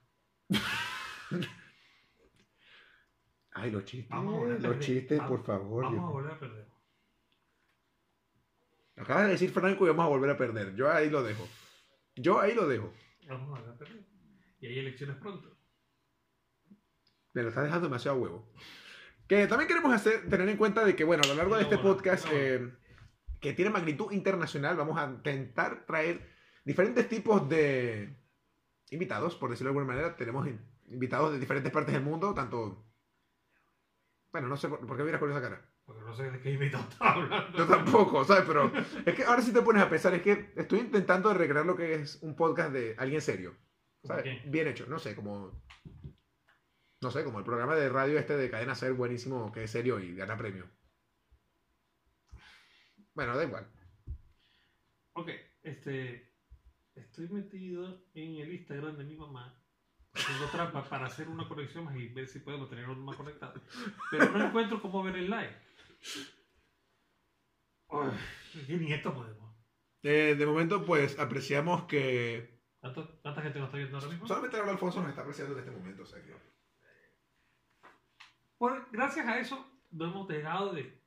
Speaker 1: ay, los chistes.
Speaker 2: Vamos a volver a
Speaker 1: los
Speaker 2: perder.
Speaker 1: chistes,
Speaker 2: Va-
Speaker 1: por favor. Dios
Speaker 2: Vamos a
Speaker 1: mío.
Speaker 2: volver a perder.
Speaker 1: Acabas de decir Franco y vamos a volver a perder. Yo ahí lo dejo. Yo ahí lo dejo.
Speaker 2: Vamos a volver a perder. Y hay elecciones pronto.
Speaker 1: Me lo estás dejando demasiado huevo. Que también queremos hacer, tener en cuenta de que, bueno, a lo largo de
Speaker 2: No,
Speaker 1: este
Speaker 2: bueno,
Speaker 1: podcast,
Speaker 2: no, bueno.
Speaker 1: eh, que tiene magnitud internacional, vamos a intentar traer diferentes tipos de invitados, por decirlo de alguna manera. Tenemos in- invitados de diferentes partes del mundo, tanto. Bueno, no sé por, por qué miras con esa cara.
Speaker 2: Porque no sé de qué invitado (laughs) está hablando.
Speaker 1: Yo tampoco, ¿sabes? Pero es que ahora sí te pones a pensar, es que estoy intentando recrear lo que es un podcast de alguien serio. ¿sabes?
Speaker 2: ¿Cómo qué?
Speaker 1: Bien hecho, no sé, como. No sé, como el programa de radio este de Cadena Ser buenísimo, que es serio y gana premio. Bueno, da igual.
Speaker 2: Ok, este. Estoy metido en el Instagram de mi mamá. haciendo trampa para hacer una conexión más y ver si podemos tener uno más conectado. Pero no encuentro cómo ver el live. Ay, ni esto podemos.
Speaker 1: Eh, de momento, pues apreciamos que.
Speaker 2: ¿Cuánto- ¿Cuánta gente nos está viendo ahora mismo?
Speaker 1: Solamente ahora Alfonso nos está apreciando en este momento, o sea que.
Speaker 2: Por- Pues, gracias a eso no hemos dejado de,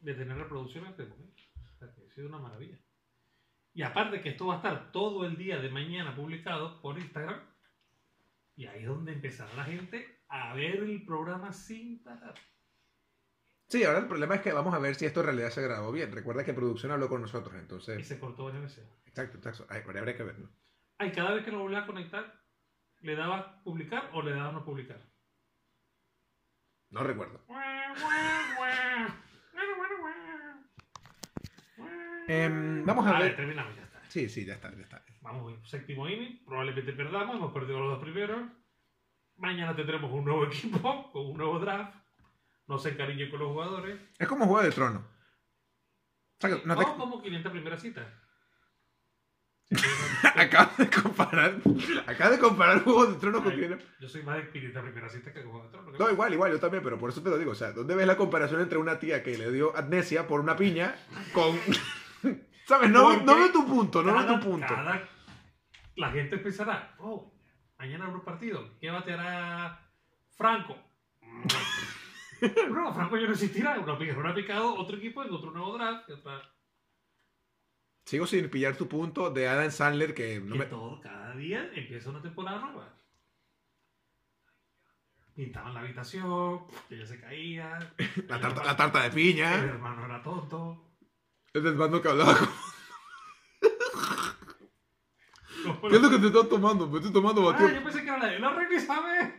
Speaker 2: de tener reproducciones de momento. O sea, que ha sido una maravilla. Y aparte que esto va a estar todo el día de mañana publicado por Instagram. Y ahí es donde empezará la gente a ver el programa sin parar.
Speaker 1: Sí, ahora el problema es que vamos a ver si esto en realidad se grabó bien. Recuerda que producción habló con nosotros,
Speaker 2: Y
Speaker 1: entonces.
Speaker 2: se cortó varias veces.
Speaker 1: Exacto, exacto. Ay, ahora habría que verlo.
Speaker 2: Ay, cada vez que lo volvía a conectar, ¿le dabas publicar o le dabas no publicar?
Speaker 1: No recuerdo. Em, vamos a ver.
Speaker 2: terminamos, ya está.
Speaker 1: Sí, sí, ya está, ya está.
Speaker 2: Vamos, séptimo inning, probablemente perdamos, hemos perdido los dos primeros. Mañana tendremos un nuevo (laughs) equipo con un nuevo draft. No se encariñen con los jugadores.
Speaker 1: Es como Juego de Trono. O sea, que no te-
Speaker 2: Vamos como 500 primeras
Speaker 1: (laughs)
Speaker 2: citas.
Speaker 1: Acabas de comparar. Acabas de comparar Juego de Trono con.
Speaker 2: Ay.
Speaker 1: Game of-
Speaker 2: Yo soy más de 500 primeras citas que como otro.
Speaker 1: No, igual, igual, yo también, pero por eso te lo digo. O sea, ¿dónde ves la comparación entre una tía que le dio amnesia por una piña con. ¿Sabes? No,
Speaker 2: Porque
Speaker 1: no veo tu punto, no veo
Speaker 2: Cada-
Speaker 1: tu punto.
Speaker 2: cada- la gente pensará, oh, mañana habrá un partido, ¿qué bateará Franco? (laughs) no, Franco ya no existirá, una pica- habrá picado otro equipo en otro nuevo draft, y otra-
Speaker 1: Sigo sin pillar tu punto de Adam Sandler que no
Speaker 2: que
Speaker 1: me.
Speaker 2: todo, cada día empieza una temporada nueva. Pintaban la habitación, que ella se caía,
Speaker 1: (laughs) La tarta, la tarta de piña.
Speaker 2: el hermano
Speaker 1: (laughs)
Speaker 2: era tonto.
Speaker 1: Es del bando que hablaba. con- ¿Qué es lo que te estás tomando? Me estoy tomando
Speaker 2: Ah,
Speaker 1: batido.
Speaker 2: yo pensé que era la de la reina Isabel.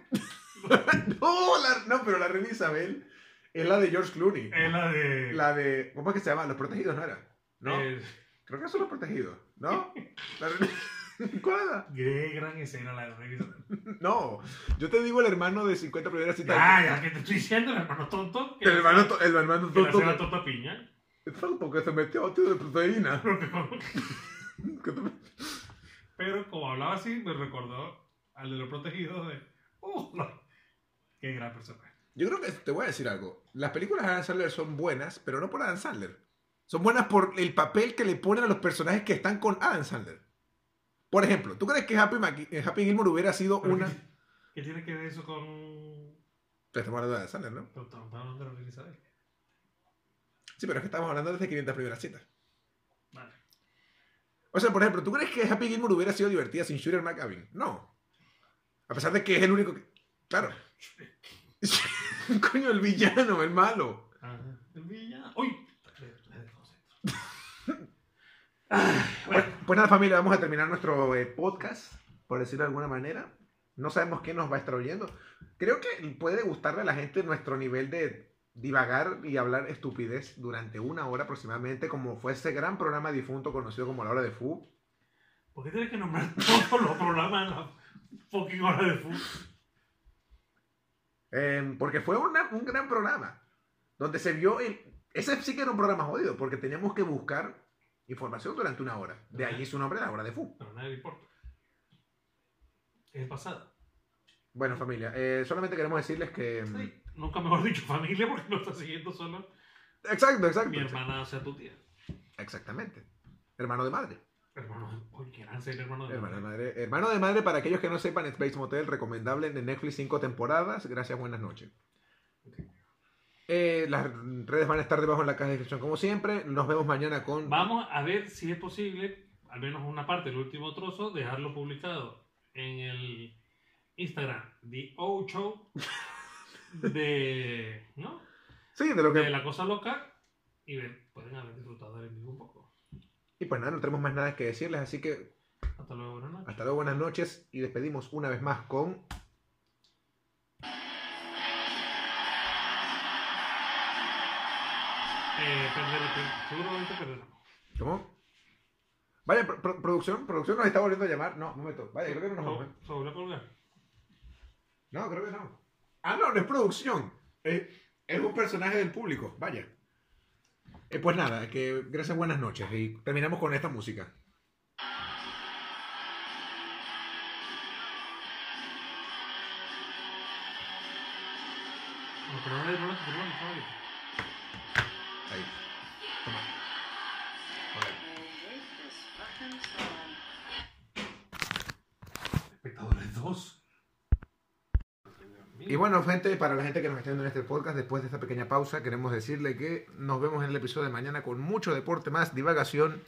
Speaker 1: No, la- no, pero la reina Isabel es la de George Clooney.
Speaker 2: Es la de...
Speaker 1: La de. ¿Cómo es que se llama? Los protegidos, ¿no era? No.
Speaker 2: eh,
Speaker 1: Creo que son los protegidos, ¿no? La reina- (laughs) ¿Cuál era?
Speaker 2: qué gran escena la de la reina Isabel.
Speaker 1: No, yo te digo el hermano de 50 primeras citas.
Speaker 2: Ya, Ah, ya, que te estoy diciendo, el hermano tonto. que
Speaker 1: el hermano,
Speaker 2: hace-
Speaker 1: to- el hermano
Speaker 2: Que le hace la
Speaker 1: tonto.
Speaker 2: torta piña. (laughs)
Speaker 1: Exacto, que se metió tío de proteína. (laughs) Que tú-
Speaker 2: Pero como hablaba así, me recordó al de los protegidos de. ¡Uh! no. ¡Qué gran personaje!
Speaker 1: Yo creo que te voy a decir algo. Las películas de Adam Sandler son buenas, pero no por Adam Sandler. Son buenas por el papel que le ponen a los personajes que están con Adam Sandler. Por ejemplo, ¿tú crees que Happy, Mac- eh, Happy Gilmore hubiera sido
Speaker 2: Pero
Speaker 1: una...
Speaker 2: ¿qué- (laughs) ¿Qué tiene que ver eso con.
Speaker 1: Pero estamos hablando de Adam Sandler, ¿no?
Speaker 2: con Tom Brown de la Reina Isabel?
Speaker 1: Sí, pero es que estamos hablando desde 500 primeras citas.
Speaker 2: Vale.
Speaker 1: O sea, por ejemplo, ¿tú crees que Happy Gilmore hubiera sido divertida sin Shooter McGavin? No. A pesar de que es el único que...
Speaker 2: (laughs)
Speaker 1: Claro. (laughs) Coño, el villano, el malo.
Speaker 2: Ajá. El villano. ¡Uy! Me- me desconcentro. Ah, bueno,
Speaker 1: Pues nada, familia, vamos a terminar nuestro eh, podcast, por decirlo de alguna manera. No sabemos qué nos va a estar oyendo. Creo que puede gustarle a la gente nuestro nivel de divagar y hablar estupidez durante una hora aproximadamente, como fue ese gran programa difunto conocido como La Hora de Fu.
Speaker 2: ¿por qué tienes que nombrar (laughs) todos los programas en la fucking hora de fútbol?
Speaker 1: Eh, porque fue una- un gran programa. Donde se vio. El, ese sí que era un programa jodido, porque teníamos que buscar información durante una hora. De allí su nombre, la hora de Fu.
Speaker 2: Pero a nadie le importa. Es el pasado.
Speaker 1: Bueno, familia, eh, solamente queremos decirles que. em,
Speaker 2: Sí, nunca mejor dicho familia porque no está siguiendo solo
Speaker 1: Exacto, exacto.
Speaker 2: mi hermana, o sea tu tía.
Speaker 1: Exactamente. Hermano de madre.
Speaker 2: Hermano, uy, qué gran ser hermano de
Speaker 1: Hermano de
Speaker 2: madre.
Speaker 1: madre. Hermano de madre, para aquellos que no sepan, Space Motel, recomendable de Netflix, cinco temporadas. Gracias, buenas noches. Eh, las redes van a estar debajo en la caja de descripción, como siempre. Nos vemos mañana con.
Speaker 2: Vamos a ver si es posible, al menos una parte, el último trozo, dejarlo publicado en el Instagram, The O Show de, (laughs) ¿no?
Speaker 1: Sí, de lo que.
Speaker 2: de La Cosa Loca y ver, pueden haber disfrutado del en vivo un poco.
Speaker 1: Y pues nada, no tenemos más nada que decirles, así que
Speaker 2: Hasta luego, buenas noches.
Speaker 1: Hasta luego, buenas noches y despedimos una vez más con
Speaker 2: Eh, perder, per- seguramente perderemos.
Speaker 1: ¿cómo? Vaya, pro- pro- producción, producción nos está volviendo a llamar. No, un momento. Vaya, creo que no nos vamos. ¿eh?
Speaker 2: Se volvió a colgar.
Speaker 1: No, creo que no. Ah, no, no es producción. Es, es un personaje del público. Vaya. Eh, pues nada, que gracias, buenas noches. Y terminamos con esta música.
Speaker 2: No, pero no, no, no, no, no, no.
Speaker 1: Ahí. Toma. Hola.
Speaker 2: Espectadores 2.
Speaker 1: Y bueno, gente, para la gente que nos está viendo en este podcast, después de esta pequeña pausa, queremos decirle que nos vemos en el episodio de mañana con mucho deporte más, divagación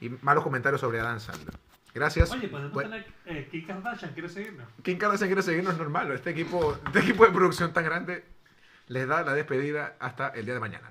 Speaker 1: y malos comentarios sobre Adam Sandler. Gracias.
Speaker 2: Oye, podemos
Speaker 1: Bueno,
Speaker 2: tener eh, Kim Kardashian, ¿quieres seguirnos?
Speaker 1: Kim Kardashian quiere seguirnos normal. Este equipo, este equipo de producción tan grande les da la despedida hasta el día de mañana.